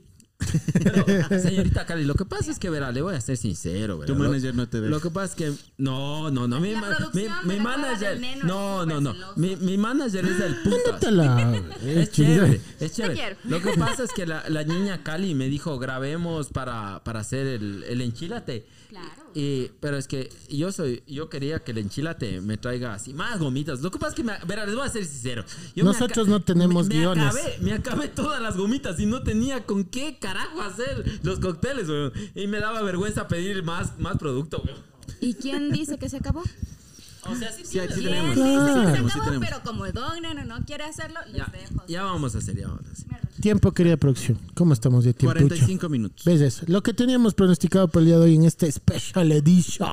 Pero, señorita Cali, lo que pasa es que, verá, le voy a ser sincero, verá.
Tu
Lo-
manager no te deja.
Lo que pasa es que, no, no, no, mi,
La
ma- mi, mi
producción de la cueva
manager,
del pues, neno
no,
es
no,
súper
no,
celoso.
mi, mi manager es el putas.
Ándatela.
<laughs> Es chévere, es
quiero.
chévere. Lo
<laughs>
que pasa es que la, la niña Cali me dijo, grabemos para, para hacer el, el enchilate.
Claro.
Y, pero es que yo soy, yo quería que el enchilate me traiga así más gomitas. Lo que pasa es que, me, verá, les voy a ser sincero. Yo me
Nosotros
aca-
no tenemos
me-
guiones.
Me acabé, me acabé todas las gomitas y no tenía con qué carajo hacer los cócteles, weón. Y me daba vergüenza pedir más, más producto, weón.
¿Y quién dice que se acabó?
O sea, sí,
Sí, aquí
Bien,
tenemos.
dice que se
tenemos, sí
acabó,
tenemos.
pero como Don Neno no quiere hacerlo, les
Ya,
dejo.
ya vamos a hacer, ya vamos a hacer.
Mierda.
tiempo, querida producción? ¿Cómo estamos de tiempo?
45 minutos.
¿Ves eso? Lo que teníamos pronosticado para el día de hoy en este Special Edition.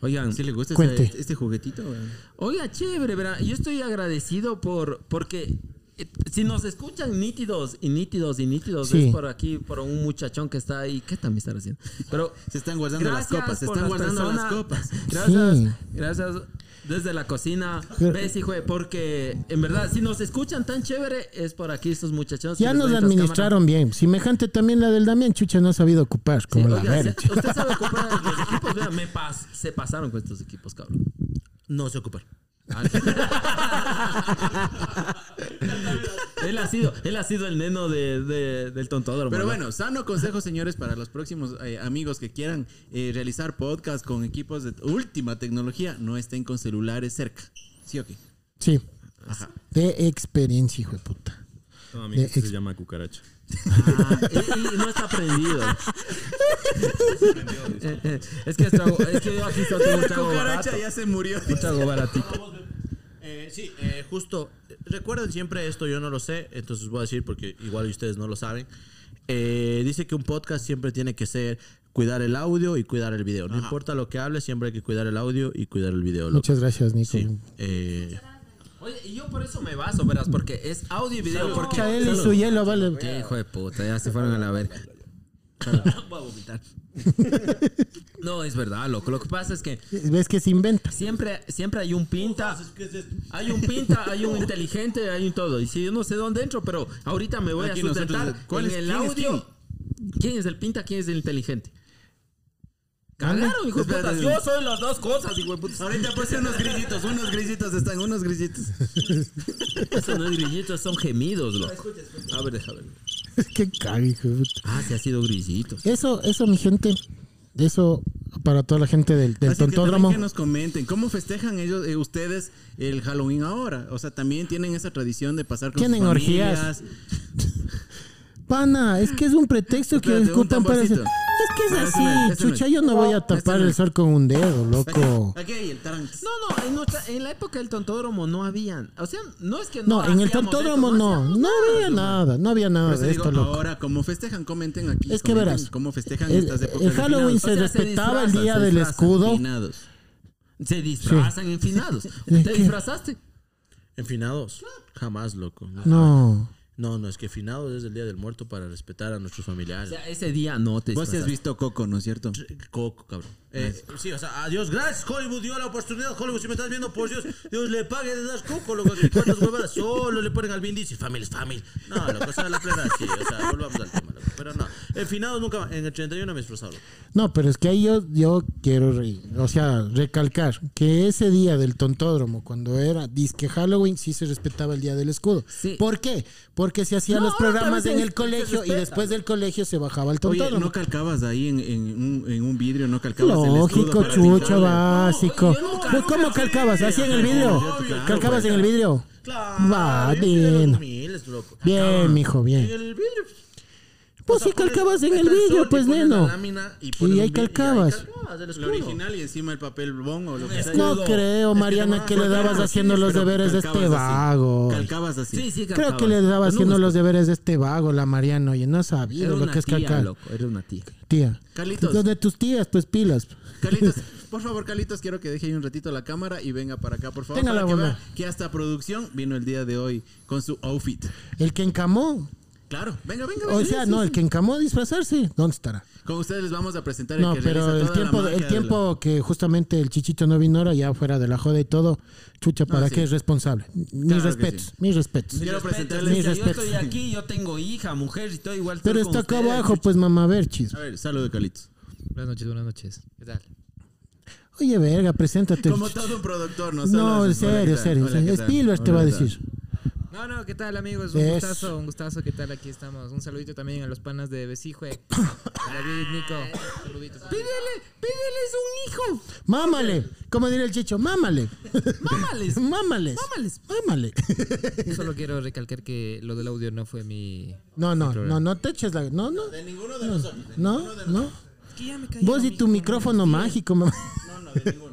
Oigan,
¿Sí le gusta
Cuente.
este, este juguetito? güey?
Oiga, chévere, verá, yo estoy agradecido por porque eh, si nos escuchan nítidos y nítidos y nítidos
Sí.
es por aquí por un muchachón que está ahí, ¿qué también están haciendo? Pero
Se están guardando las copas, se
por
están
las
guardando las
personas.
copas.
Gracias,
Sí.
gracias desde la cocina,
Pero-
ves hijo, de- porque en verdad si nos escuchan tan chévere es por aquí estos muchachos. que
Ya
les
nos
doy estas
administraron bien. Semejante también la del Damián Chucha no ha sabido ocupar, como
cámaras.
la
Sí, oiga,
verga.
si- usted sabe comprar los equipos, vea, me pas- se pasaron con estos equipos, cabrón. Ah,
No se ocupar.
<laughs> Él ha sido, él ha sido el neno de, de- del tontador.
Pero
mano.
bueno, sano consejo, señores, para los próximos eh, amigos que quieran eh, realizar podcast con equipos de última tecnología, no estén con celulares cerca. ¿Sí o qué?
Sí. De experiencia, hijo de puta.
No, amigo,
De
eso se
ex-
llama cucaracha.
Ah, y, y no está <laughs> prendido. Eh, eh, es que es trago- es que yo aquí estoy con un trago barato.
ya se murió.
Un trago baratito.
Eh, sí, eh, justo. eh, Recuerden siempre esto, yo no lo sé, entonces voy a decir porque igual ustedes no lo saben. Eh, dice que un podcast siempre tiene que ser cuidar el audio y cuidar el video. No importa lo que hable, siempre hay que cuidar el audio y cuidar el video. loco.
Muchas gracias, Nico.
Sí. eh,
Oye, y yo por eso me baso, verás, porque es audio y video. Porque,
Chucha, él y su hielo, vale.
Qué hijo de puta, ya se fueron a la verga. <laughs> Voy a vomitar. <laughs> No, es verdad, loco. Lo que pasa es que
Ves que se inventa. <laughs>
siempre, siempre hay un pinta. Hay un pinta, hay un inteligente, hay un todo. Y si yo no sé dónde entro, pero ahorita me voy
Aquí
a sustentar
nosotros- ¿cuál
en
es-
el
quién es
audio.
quién?
¿Quién es el pinta? ¿Quién es el inteligente? Cagaron, hijo de
Espérate,
putas. Yo
espérate.
soy las dos cosas, hijo de putas.
Ahorita
pues
puse unos grisitos, unos grisitos están, unos grisitos.
Eso no es grillito, son gemidos, loco. A ver, déjame ver.
Qué cague, hijo de puta.
Ah, se ha sido grillito.
Eso, eso, mi gente. Eso para toda la gente del, del
Así que también
tontódromo.
que nos comenten cómo festejan ellos eh, ustedes el Halloween ahora. O sea, también tienen esa tradición de pasar con
Tienen
sus
orgías.
familias.
<laughs> Pana, es que es un pretexto que
Espérate, un
discutan para decir.
tamborcito.
Es que es
Ah, ese no es,
así,
ese no es.
chucha. Yo no voy a tapar
no
el
es.
sol con un dedo,
Aquí,
loco.
aquí hay el taranx.
No, no, en, nuestra- en la época del tontódromo no habían. O sea, no es que no.
No, en el
hacíamos
tontódromo
esto,
no.
hacíamos
No
nada,
había
loco.
nada, no había nada
Por eso
de
digo,
esto, loco.
ahora, ¿cómo festejan? Comenten aquí.
Es que
comenten
verás,
¿Cómo festejan
el-
estas épocas?
el
de
Halloween
finados.
se
O sea,
respetaba el día
disfrazan, se
del
disfrazan,
escudo.
finados.
Se disfrazan
<laughs>
enfinados.
¿De
¿Te
qué?
disfrazaste?
enfinados. Jamás, loco. No.
No.
no, no, es que finados es el Día del Muerto para respetar a nuestros
O
familiares.
sea, ese día no te
Vos sí has
disfrazaste.
visto Coco, ¿no es cierto?
Coco, cabrón. Eh, sí, o sea, adiós, gracias, Hollywood dio la oportunidad. Hollywood, si me estás viendo, por Dios, Dios le pague de dar coco, loco. que ¿Cuántas huevadas solo le ponen al Vin Diesel? Family, family. No, loco, o sea, la plena sí, o sea, volvamos al tema, loco. Pero no, en finados nunca, más. en el 31 me disfrazaron.
No, pero es que ahí yo, yo quiero, re- o sea, recalcar que ese día del tontódromo, cuando era disque Halloween, sí se respetaba el día del escudo.
Sí.
¿Por qué? Porque se hacían
No,
los programas
también
en
se-
el
se
colegio y
respeta.
después del colegio se bajaba al
Oye,
tontódromo.
no calcabas ahí en, en un, en un vidrio, no calcabas el escudo
Lógico,
para
chucha,
pintarle?
básico.
yo nunca-
Pues, ¿Cómo calcabas? ¿Así en el vidrio?
Obvio,
¿Calcabas en el vidrio?
Claro,
Va,
yo fui de los
bien.
miles, loco.
Bien, mijo,
En
bien.
el vidrio.
Pues
O sea,
sí calcabas en
pones-
el
metes
vidrio,
sol y
pues
pones la
neno.
lámina Y,
Y
pones
ahí
un vidrio
calcabas.
calcabas el
Lo
escudo.
original y encima el papel bong o lo que sea.
No creo,
Este,
Mariana, que le dabas haciendo los
Pero
deberes de este
calcabas así,
vago.
Calcabas así.
Sí, sí,
Creo
cantabas.
que le daba
Pero
haciendo
nunca-
los deberes de este vago, la Mariana. Oye, no ha
Era
sabido lo
una
que es
tía,
calcar.
loco. Era una tía.
Tía.
Carlitos.
Los de tus tías, pues pilas.
Carlitos, por favor, Carlitos, quiero que deje ahí un ratito la cámara y venga para acá, por favor.
Tenga
para
la
que,
bondad.
vea que hasta producción vino el día de hoy con su outfit.
El que encamó.
Claro, venga, venga.
O
venga.
sea, no, el que encamó a disfrazarse. ¿Dónde estará?
Con ustedes les vamos a presentar el
No,
que
pero
realiza
el
toda la
tiempo,
magia
el
de
tiempo que justamente el chichito no vino ahora, ya fuera de la joda y todo, chucha, ¿para
sí.
qué es responsable? Mis
Claro que
respetos,
sí.
mis respetos.
Quiero
Respeto,
presentarles-
Mis
dice, Yo
respetos.
estoy aquí, yo tengo hija, mujer y todo igual.
Pero
estoy con
está acá
ustedes.
abajo, pues mamá verchis.
la- A ver, saludo, Carlitos.
Buenas noches, buenas noches. ¿Qué tal?
Oye, verga, preséntate.
Como todo un productor, no solo
No, en
haces, "Hola, ¿qué
serio,
tal?
serio.
Hola, ¿qué
serio.
tal?
Spielberg te
Hola,
va a
¿qué tal?
decir.
No, no, ¿qué tal, amigos? Un
Eso.
gustazo, un gustazo. ¿Qué tal? Aquí estamos. Un saludito también a los panas de Besijue. David, Nico. Saludito.
Pídele, pídeles un hijo.
Mámale, como diría el chicho,
<laughs>
mámale.
Mámales.
Mámales.
Mámales.
Mámale.
Solo quiero recalcar que lo del audio no fue mi.
No, no, no, no te eches la. No, no.
De ninguno de nosotros. de
No,
ninguno de
no.
Que ya me caí.
Vos y tu micrófono mágico, mamá.
<laughs> No, no, de ninguno.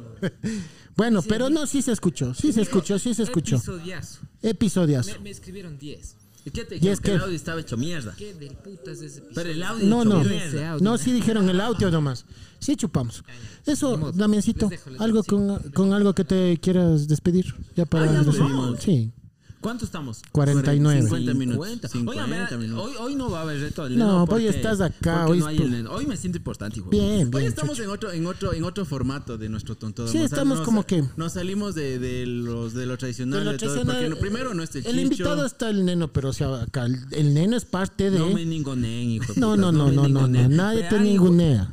Bueno, pero no, sí se escuchó, sí se escuchó, sí se escuchó.
Episodiazo.
Episodiazo.
Me, me escribieron 10.
¿Y qué te
Y es
dijeron? Que el
que-
audio estaba hecho mierda.
¿Qué del putas es ese
Pero el audio
No,
hecho
no.
mierda.
Ese audio.
No, sí dijeron el audio nomás. Sí chupamos. Eso, Damiancito,
Les dejo, les
algo
dejo,
con, con algo que te quieras despedir. Ya para
ya nos
despedir.
vamos.
Sí.
¿Cuánto estamos?
49.
50 minutos.
50.
50
Oigan, vea,
minutos.
Hoy, hoy no va a haber reto del
No,
Neno
hoy
porque-
estás acá,
porque
hoy
no
es
hay
tu-
el Neno. Hoy me siento importante, hijo.
Bien,
Hoy
bien.
estamos en otro, en otro, en otro formato de nuestro tonto.
Sí, estamos como que-
Nos salimos de, de los de lo
De
tradicional,
lo
de todo,
tradicional, eh,
porque no- primero no está el,
El
chicho,
invitado está el neno, pero o sea, acá el, el neno es parte de.
No me ningonen, hijo. de
No,
puta,
no, no,
me
no, no, no.
ningonen.
Nadie te
Vean, hijo-
ningunea.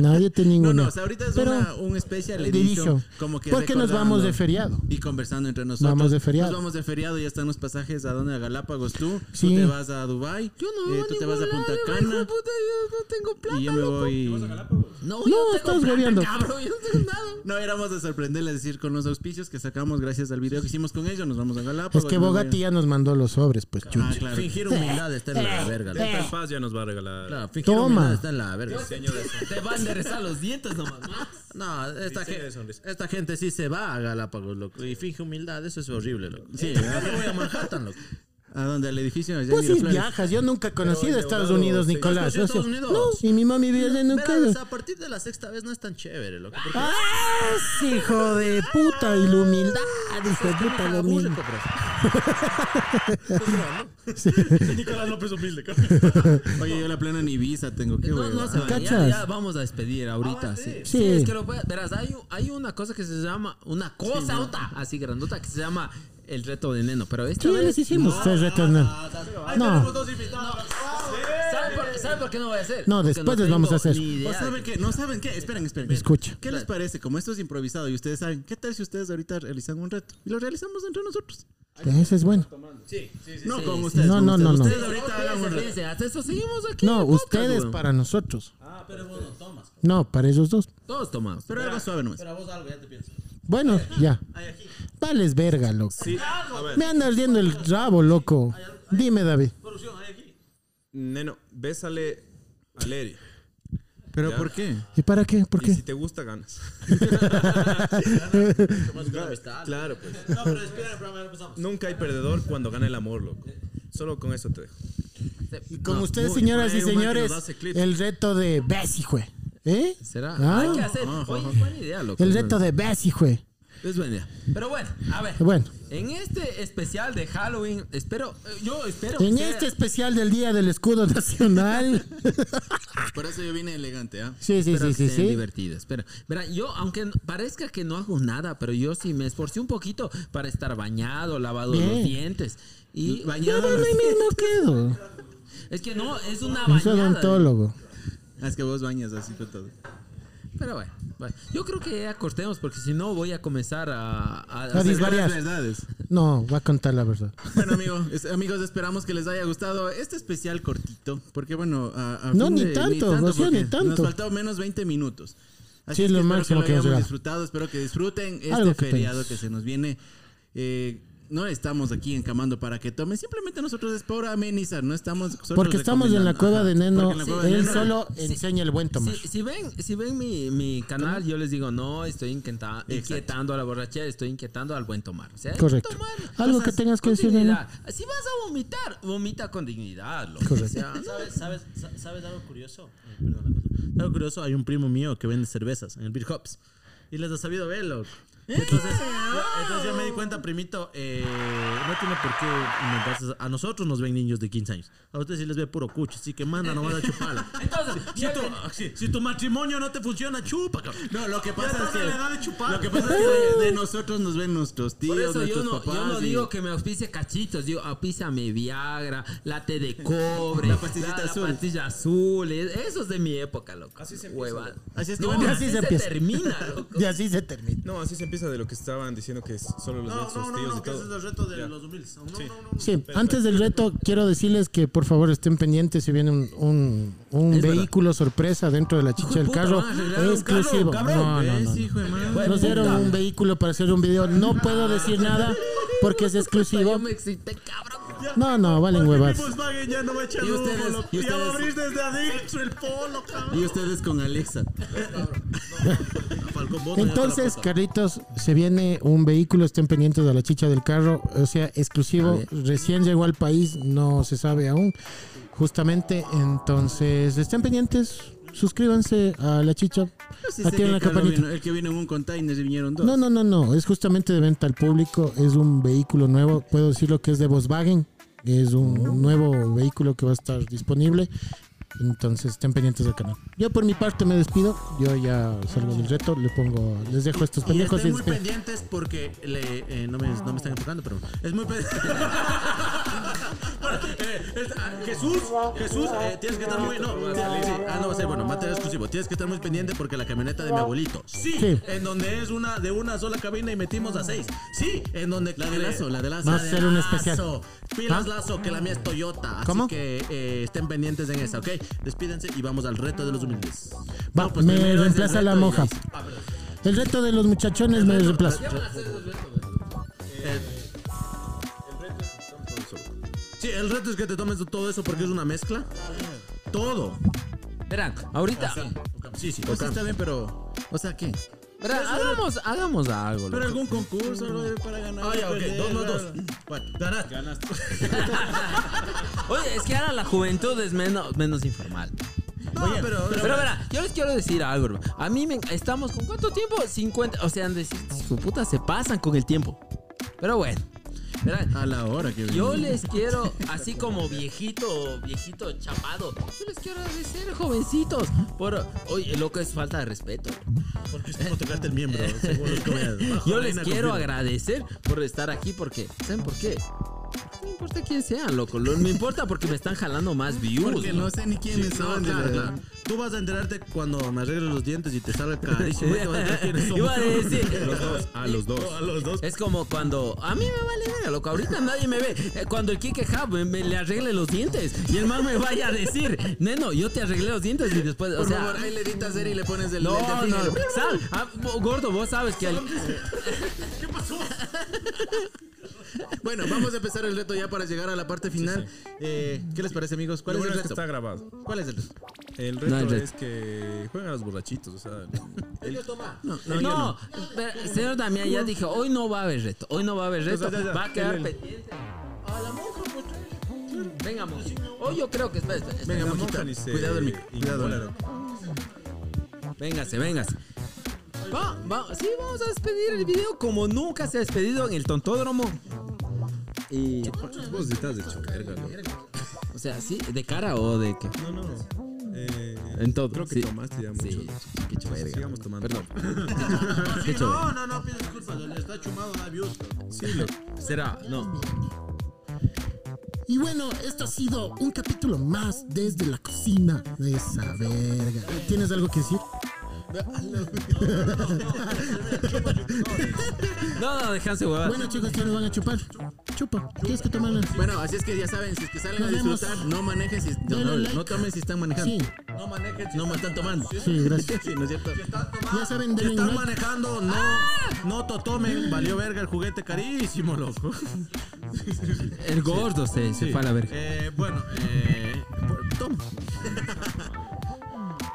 Nadie te
<laughs> No,
ningunea.
no, o sea, ahorita es
Pero-
una, un especial
de
edition,
dicho,
como que
porque nos
recordando
vamos de feriado.
Y conversando entre nosotros.
Vamos de feriado.
Nos vamos de feriado, ya están los pasajes a donde a Galápagos tú.
Sí.
Tú te vas a Dubai.
Yo no,
eh, tú te vas a Punta Cana.
yo no tengo plata.
Y yo me voy.
No,
No, estás bebiendo.
Cabrón, yo no tengo nada.
No, éramos de sorprenderles, es decir, con los auspicios que sacamos gracias al video que hicimos con ellos, nos vamos a Galápagos.
Es que
nos
Bogati
voy
ya nos mandó los sobres, pues
a-
chucha.
Ah, claro.
Fingir humildad está en la verga. la-
Eh,
Esta paz ya nos va a regalar.
Claro, fingir
Toma.
humildad está en la verga.
<laughs> Te va a enderezar los dientes nomás. Max.
No, esta,
Diseño de
gen-
sonrisa.
esta gente sí se va a Galápagos, loco. Y finge humildad, eso es horrible, loco. Sí, yo voy a Manhattan, loco.
A donde al edificio allá en
Vos sí
Miraflores.
viajas, yo nunca he conocido
Pero
Estados
Leonardo,
Unidos,
sí.
Nicolás.
¿Has conocido
O sea,
Estados Unidos?
No, y mi mami vive allá en un
Verás,
quedo.
a partir de la sexta vez no es tan chévere, loco. Porque
¡Ah, hijo de puta! Y la humildad, hijo de puta, la
aburre,
humildad.
compras.
<laughs>
Nicolás López Humilde,
<laughs> Oye, yo la plena en Ibiza tengo que
No, no se va. Ya,
¿Cachas? Ah,
ya vamos a despedir ahorita. sí.
Sí.
es que lo voy a- Verás, hay, hay una cosa que se llama. Una cosa otra, así grandota que se llama el reto de neno. Pero esta
Sí,
vez.
les hicimos tres retos, no. No,
¿Saben por, saben por qué no voy a hacer?
No,
Porque
después les vamos a
tengo
hacer.
ni idea
¿O
de
saben qué? ¿No saben qué? Esperen, esperen.
Escucha.
¿Qué les parece? Como esto es improvisado y ustedes saben, ¿qué tal si ustedes ahorita realizan un reto? Y lo realizamos entre nosotros.
ese es bueno.
no,
sí,
con
sí.
ustedes.
No,
con
no,
ustedes.
no, no.
Ustedes ahorita hagan un reto.
Fíjense, hasta eso seguimos aquí. en
No,
el podcast,
ustedes
weón.
para nosotros. Ah, pero vos no tomas. No, para ellos dos.
Todos tomamos.
Ah.
Pero algo suave nomás.
Bueno, ya. Vales verga, loco.
Sí, a ver.
Me anda ardiendo el rabo, loco. Dime, David.
Neno, bésale al Eri.
¿Pero
Ya.
por qué?
¿Y para qué? ¿Por
Y si
qué?
te gusta, ganas.
<laughs>
Claro, pues. Nunca hay perdedor cuando gana el amor, loco. Solo con eso te dejo.
Y Con
No,
ustedes,
muy-
señoras y
Hay un man que nos
señores,
hace clips.
el reto de Bessie, ¿Eh?
¿Será?
Ah.
Hay que hacer. pues. Oye, es buena idea, loco.
El reto de Bessie,
Es buena idea. Pero bueno, a ver.
Bueno,
En este especial de Halloween, espero. eh, Yo espero.
en
que sea-
este especial del Día del Escudo Nacional.
Por eso yo vine elegante, ¿ah?
Sí, sí,
espero
sí,
que
sí,
estén
sí.
divertidas. Pero, verá, yo, aunque no- parezca que no hago nada, pero yo sí me esforcé un poquito para estar bañado, lavado los
Bien.
dientes. Y
Yo
bañado.
por
los-
mí mismo quedo.
Es que no, es una
Un
bañada.
odontólogo.
Ah, Es que vos bañas así con todo.
Pero bueno, bueno. yo creo que ya cortemos porque si no voy a comenzar a. A,
A
hacer-
disvariar.
Las verdades.
No, va a contar la verdad.
Bueno, amigo, es- amigos, esperamos que les haya gustado este especial cortito. Porque, bueno, a, a
No,
fin
ni tanto, o sea, ni
porque
tanto.
Nos faltó menos 20 minutos.
Sí, es lo
espero
máximo que hemos
lo hayamos
llegado.
disfrutado. Espero que disfruten este
Algo que
feriado
tengas.
que se nos viene. Eh, no estamos aquí encamando para que tomen. Simplemente nosotros es por amenizar. No estamos. nosotros
Porque estamos en la
recomendando.
cueva
Ajá,
de Neno.
porque en la cueva de
Él
Neno-
solo enseña el buen tomar.
Si, si ven, si ven mi, mi canal, yo les digo, no, estoy inquieta- inquietando a la borrachera, estoy inquietando al buen tomar. O sea, hay que
Correcto.
tomar
Algo
cosas
que tengas que
con
decir, Nene.
dignidad. Si vas a vomitar, vomita con dignidad. Lo
Correcto.
¿Sabes, sabes, sa- sabes algo curioso? Eh, perdón, la cosa. Algo curioso, hay un primo mío que vende cervezas en el Beer Hops. Y les ha sabido verlo.
¡Eh!
Entonces, yo, entonces yo me di cuenta, primito, eh, no tiene por qué inventarse. A nosotros nos ven niños de 15 años. A ustedes sí les ve puro cucho, así que manda nomás a
<laughs>
chuparla.
Entonces,
Si tu, ah, sí, si tu matrimonio no te funciona, chupa, cabrón.
No, lo que pasa es
estás
que.
en la edad de chupar.
Lo que pasa es que de nosotros nos ven nuestros tíos,
por eso yo
nuestros
no,
papás.
yo no
y-
digo que me auspice cachitos, digo, auspíciame Viagra, late de cobre,
La pastillita azul.
La pastilla azul, es- eso es de mi época, loco.
Así se empieza,
Hueva.
Así es que
No,
bueno,
así se
así se
empieza.
termina,
<laughs>
loco.
Y así se termina.
No, así se empieza de lo que estaban diciendo que es solo los
No,
nuestros
no, no,
tíos
no,
y
que ese es
todo.
el reto de
Ya.
los humildes. No, no,
Sí.
no, no.
Sí, antes del reto quiero decirles que por favor estén pendientes si viene un, un, un
Es verdad.
vehículo sorpresa dentro de la chicha
de
del
puta,
carro
van a arreglar un
exclusivo.
carro,
no, no, no,
¿Ves,
no.
hijo de madre?
Nos dieron un vehículo para hacer un video. No puedo decir nada porque es exclusivo.
Yo me excité, cabrón.
No, no, valen huevadas.
Volkswagen ya no va a echar
Y
humo,
ustedes-
loco.
y
Ya va a
ustedes-
abrir desde adentro el polo, cabrón. Y ustedes con Alexa.
sal con vos, no, ya está la
Entonces,
puta.
Carlitos, se viene un vehículo, estén pendientes de la chicha del carro, o sea, exclusivo, recién llegó al país, no se sabe aún, justamente, entonces, estén pendientes, suscríbanse a la chicha,
Pues Sí sé
activen
que
la
Carlos
campanita.
vino- el que vino en un container y vinieron dos.
No, no, no, no. Es justamente de venta al público. Es un vehículo nuevo. Puedo decirlo que es de Volkswagen. Es un nuevo vehículo que va a estar disponible. Entonces estén pendientes del canal. Yo por mi parte me despido. Yo ya salgo del reto. Le pongo, les dejo estos
Y
pendejos eh, y
estén muy
despido.
pendientes porque le, eh, no, me, no me están enfocando, pero es muy <laughs> pendiente. ah, Jesús, Jesús, eh, tienes que estar muy. No, sí, ah, no va a ser bueno, material exclusivo. Tienes que estar muy pendiente porque la camioneta de mi abuelito. Sí,
Sí.
en donde es una de una sola cabina y metimos a seis. Sí, en donde. La de lazo, la de lazo.
Va a ser un especial.
Lazo. Pilas
¿Ah?
lazo, que la mía es Toyota. Así
¿Cómo?
que eh, estén pendientes en esa, ¿ok? Despídense y vamos al reto de los humildes.
Va,
No, pues
me
primero es el
reemplaza la
reto y
moja.
ya- Ah, perdón.
El reto de los muchachones me reemplaza.
Eh, Sí, el reto es que te tomes todo eso porque es una mezcla. Todo.
Verán, ahorita.
Sí, sí.
Pues sí, está bien, pero. O sea, ¿qué?
verán, hagamos, hagamos algo.
Pero
loco.
algún concurso, algo de- para ganar.
Ah, ya, ok.
perder,
Dos más
bla,
dos.
bla.
Bueno, ganas.
Oye, es que ahora la juventud es menos, menos informal.
Oye, pero,
Pero, verá, yo les quiero decir algo, hermano. A mí me, estamos con cuánto tiempo? 50. O sea, han de decir, su puta, se pasan con el tiempo. Pero bueno. Verán,
A la hora que
Yo
viene.
les quiero, así como viejito, viejito chapado, yo les quiero agradecer, jovencitos, por... Oye, loco, es falta de respeto.
porque es como tocarte el miembro, <laughs> según los comediantes. Bajo
Yo
la
les
línea
quiero
confirma.
agradecer por estar aquí porque, ¿saben por qué? No me importa quién sean, loco. No me importa porque me están jalando más views.
Porque
¿no?
no sé ni quiénes son. de
Claro,
verdad.
claro. Tú vas a enterarte cuando me arregles los dientes y te salga carísimo. Te vas
<laughs>
a enterar quiénes somos.
Iba
<laughs>
a decir,
Los dos, a los dos.
A los dos.
Es como cuando. A mí me vale verga, loco. Ahorita nadie me ve. Eh, Cuando el Kike Hub me, me le arregle los dientes y el man me vaya a decir, Neno, yo te arreglé los dientes y después. o
Por
sea,
favor, ahí le editas ser y le pones el
no,
lente
no,
fijo y
no.
lo-
Sal, ah, bo- gordo, vos sabes que. al-
Bueno, vamos a empezar el reto ya para llegar a la parte final. Eh, ¿Qué les parece, amigos? ¿Cuál
Lo
es el
bueno es que
reto?
está grabado.
¿Cuál es el reto?
El
No,
reto,
el reto.
es que juegan a los borrachitos, o sea,
No, pero, señor Damián ya dijo, hoy no va a haber reto. Hoy no va a haber reto.
O sea, ya, ya.
Va a quedar
El- el-
pendiente. A la monja, pues, trae. Venga, monja. Hoy yo creo que. espera, espera, espera.
la
Venga,
monja
mojita.
ni se
Cuidado el micro. Cuidado.
inmola, ¿no?
Véngase, véngase. Va, va- sí, vamos a despedir el video como nunca se ha despedido en el tontódromo. Y,
Vos estás de choverga, ¿no?
o sea, sí, de cara o de qué?
No, no. Eh,
En todo,
Creo que
sí.
tomaste ya mucho.
Sí, qué choverga.
Sigamos tomando. <laughs>
Perdón.
Sí, no, no, no, pido disculpas. le Está chumado a views.
Sí, lo,
Será, no.
Y bueno, esto ha sido un capítulo más desde la cocina de esa verga. ¿Tienes algo que decir?
No, no, déjense Ah, huevar.
Bueno, chicos, ¿qué nos van a chupar? Chupa. ¿Quieres que tomen?
Bueno, así es que ya saben, si es que salen
Nos
a
vemos.
disfrutar, no manejen si no,
Denle
no,
like.
no tomen si están manejando.
Sí,
No manejes.
No me están tomando.
<laughs> sí, gracias.
Sí, ¿no es cierto?
Ya saben,
Si
denle
están
like.
manejando, no, no to- tomen. Valió verga el juguete carísimo, loco.
El gordo se, se fue a la verga.
Eh, bueno, eh, toma.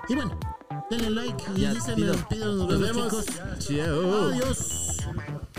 Y bueno, denle like y
Ya,
dicen,
pido.
nos pido, nos vemos. chicos.
Chao.
Adiós.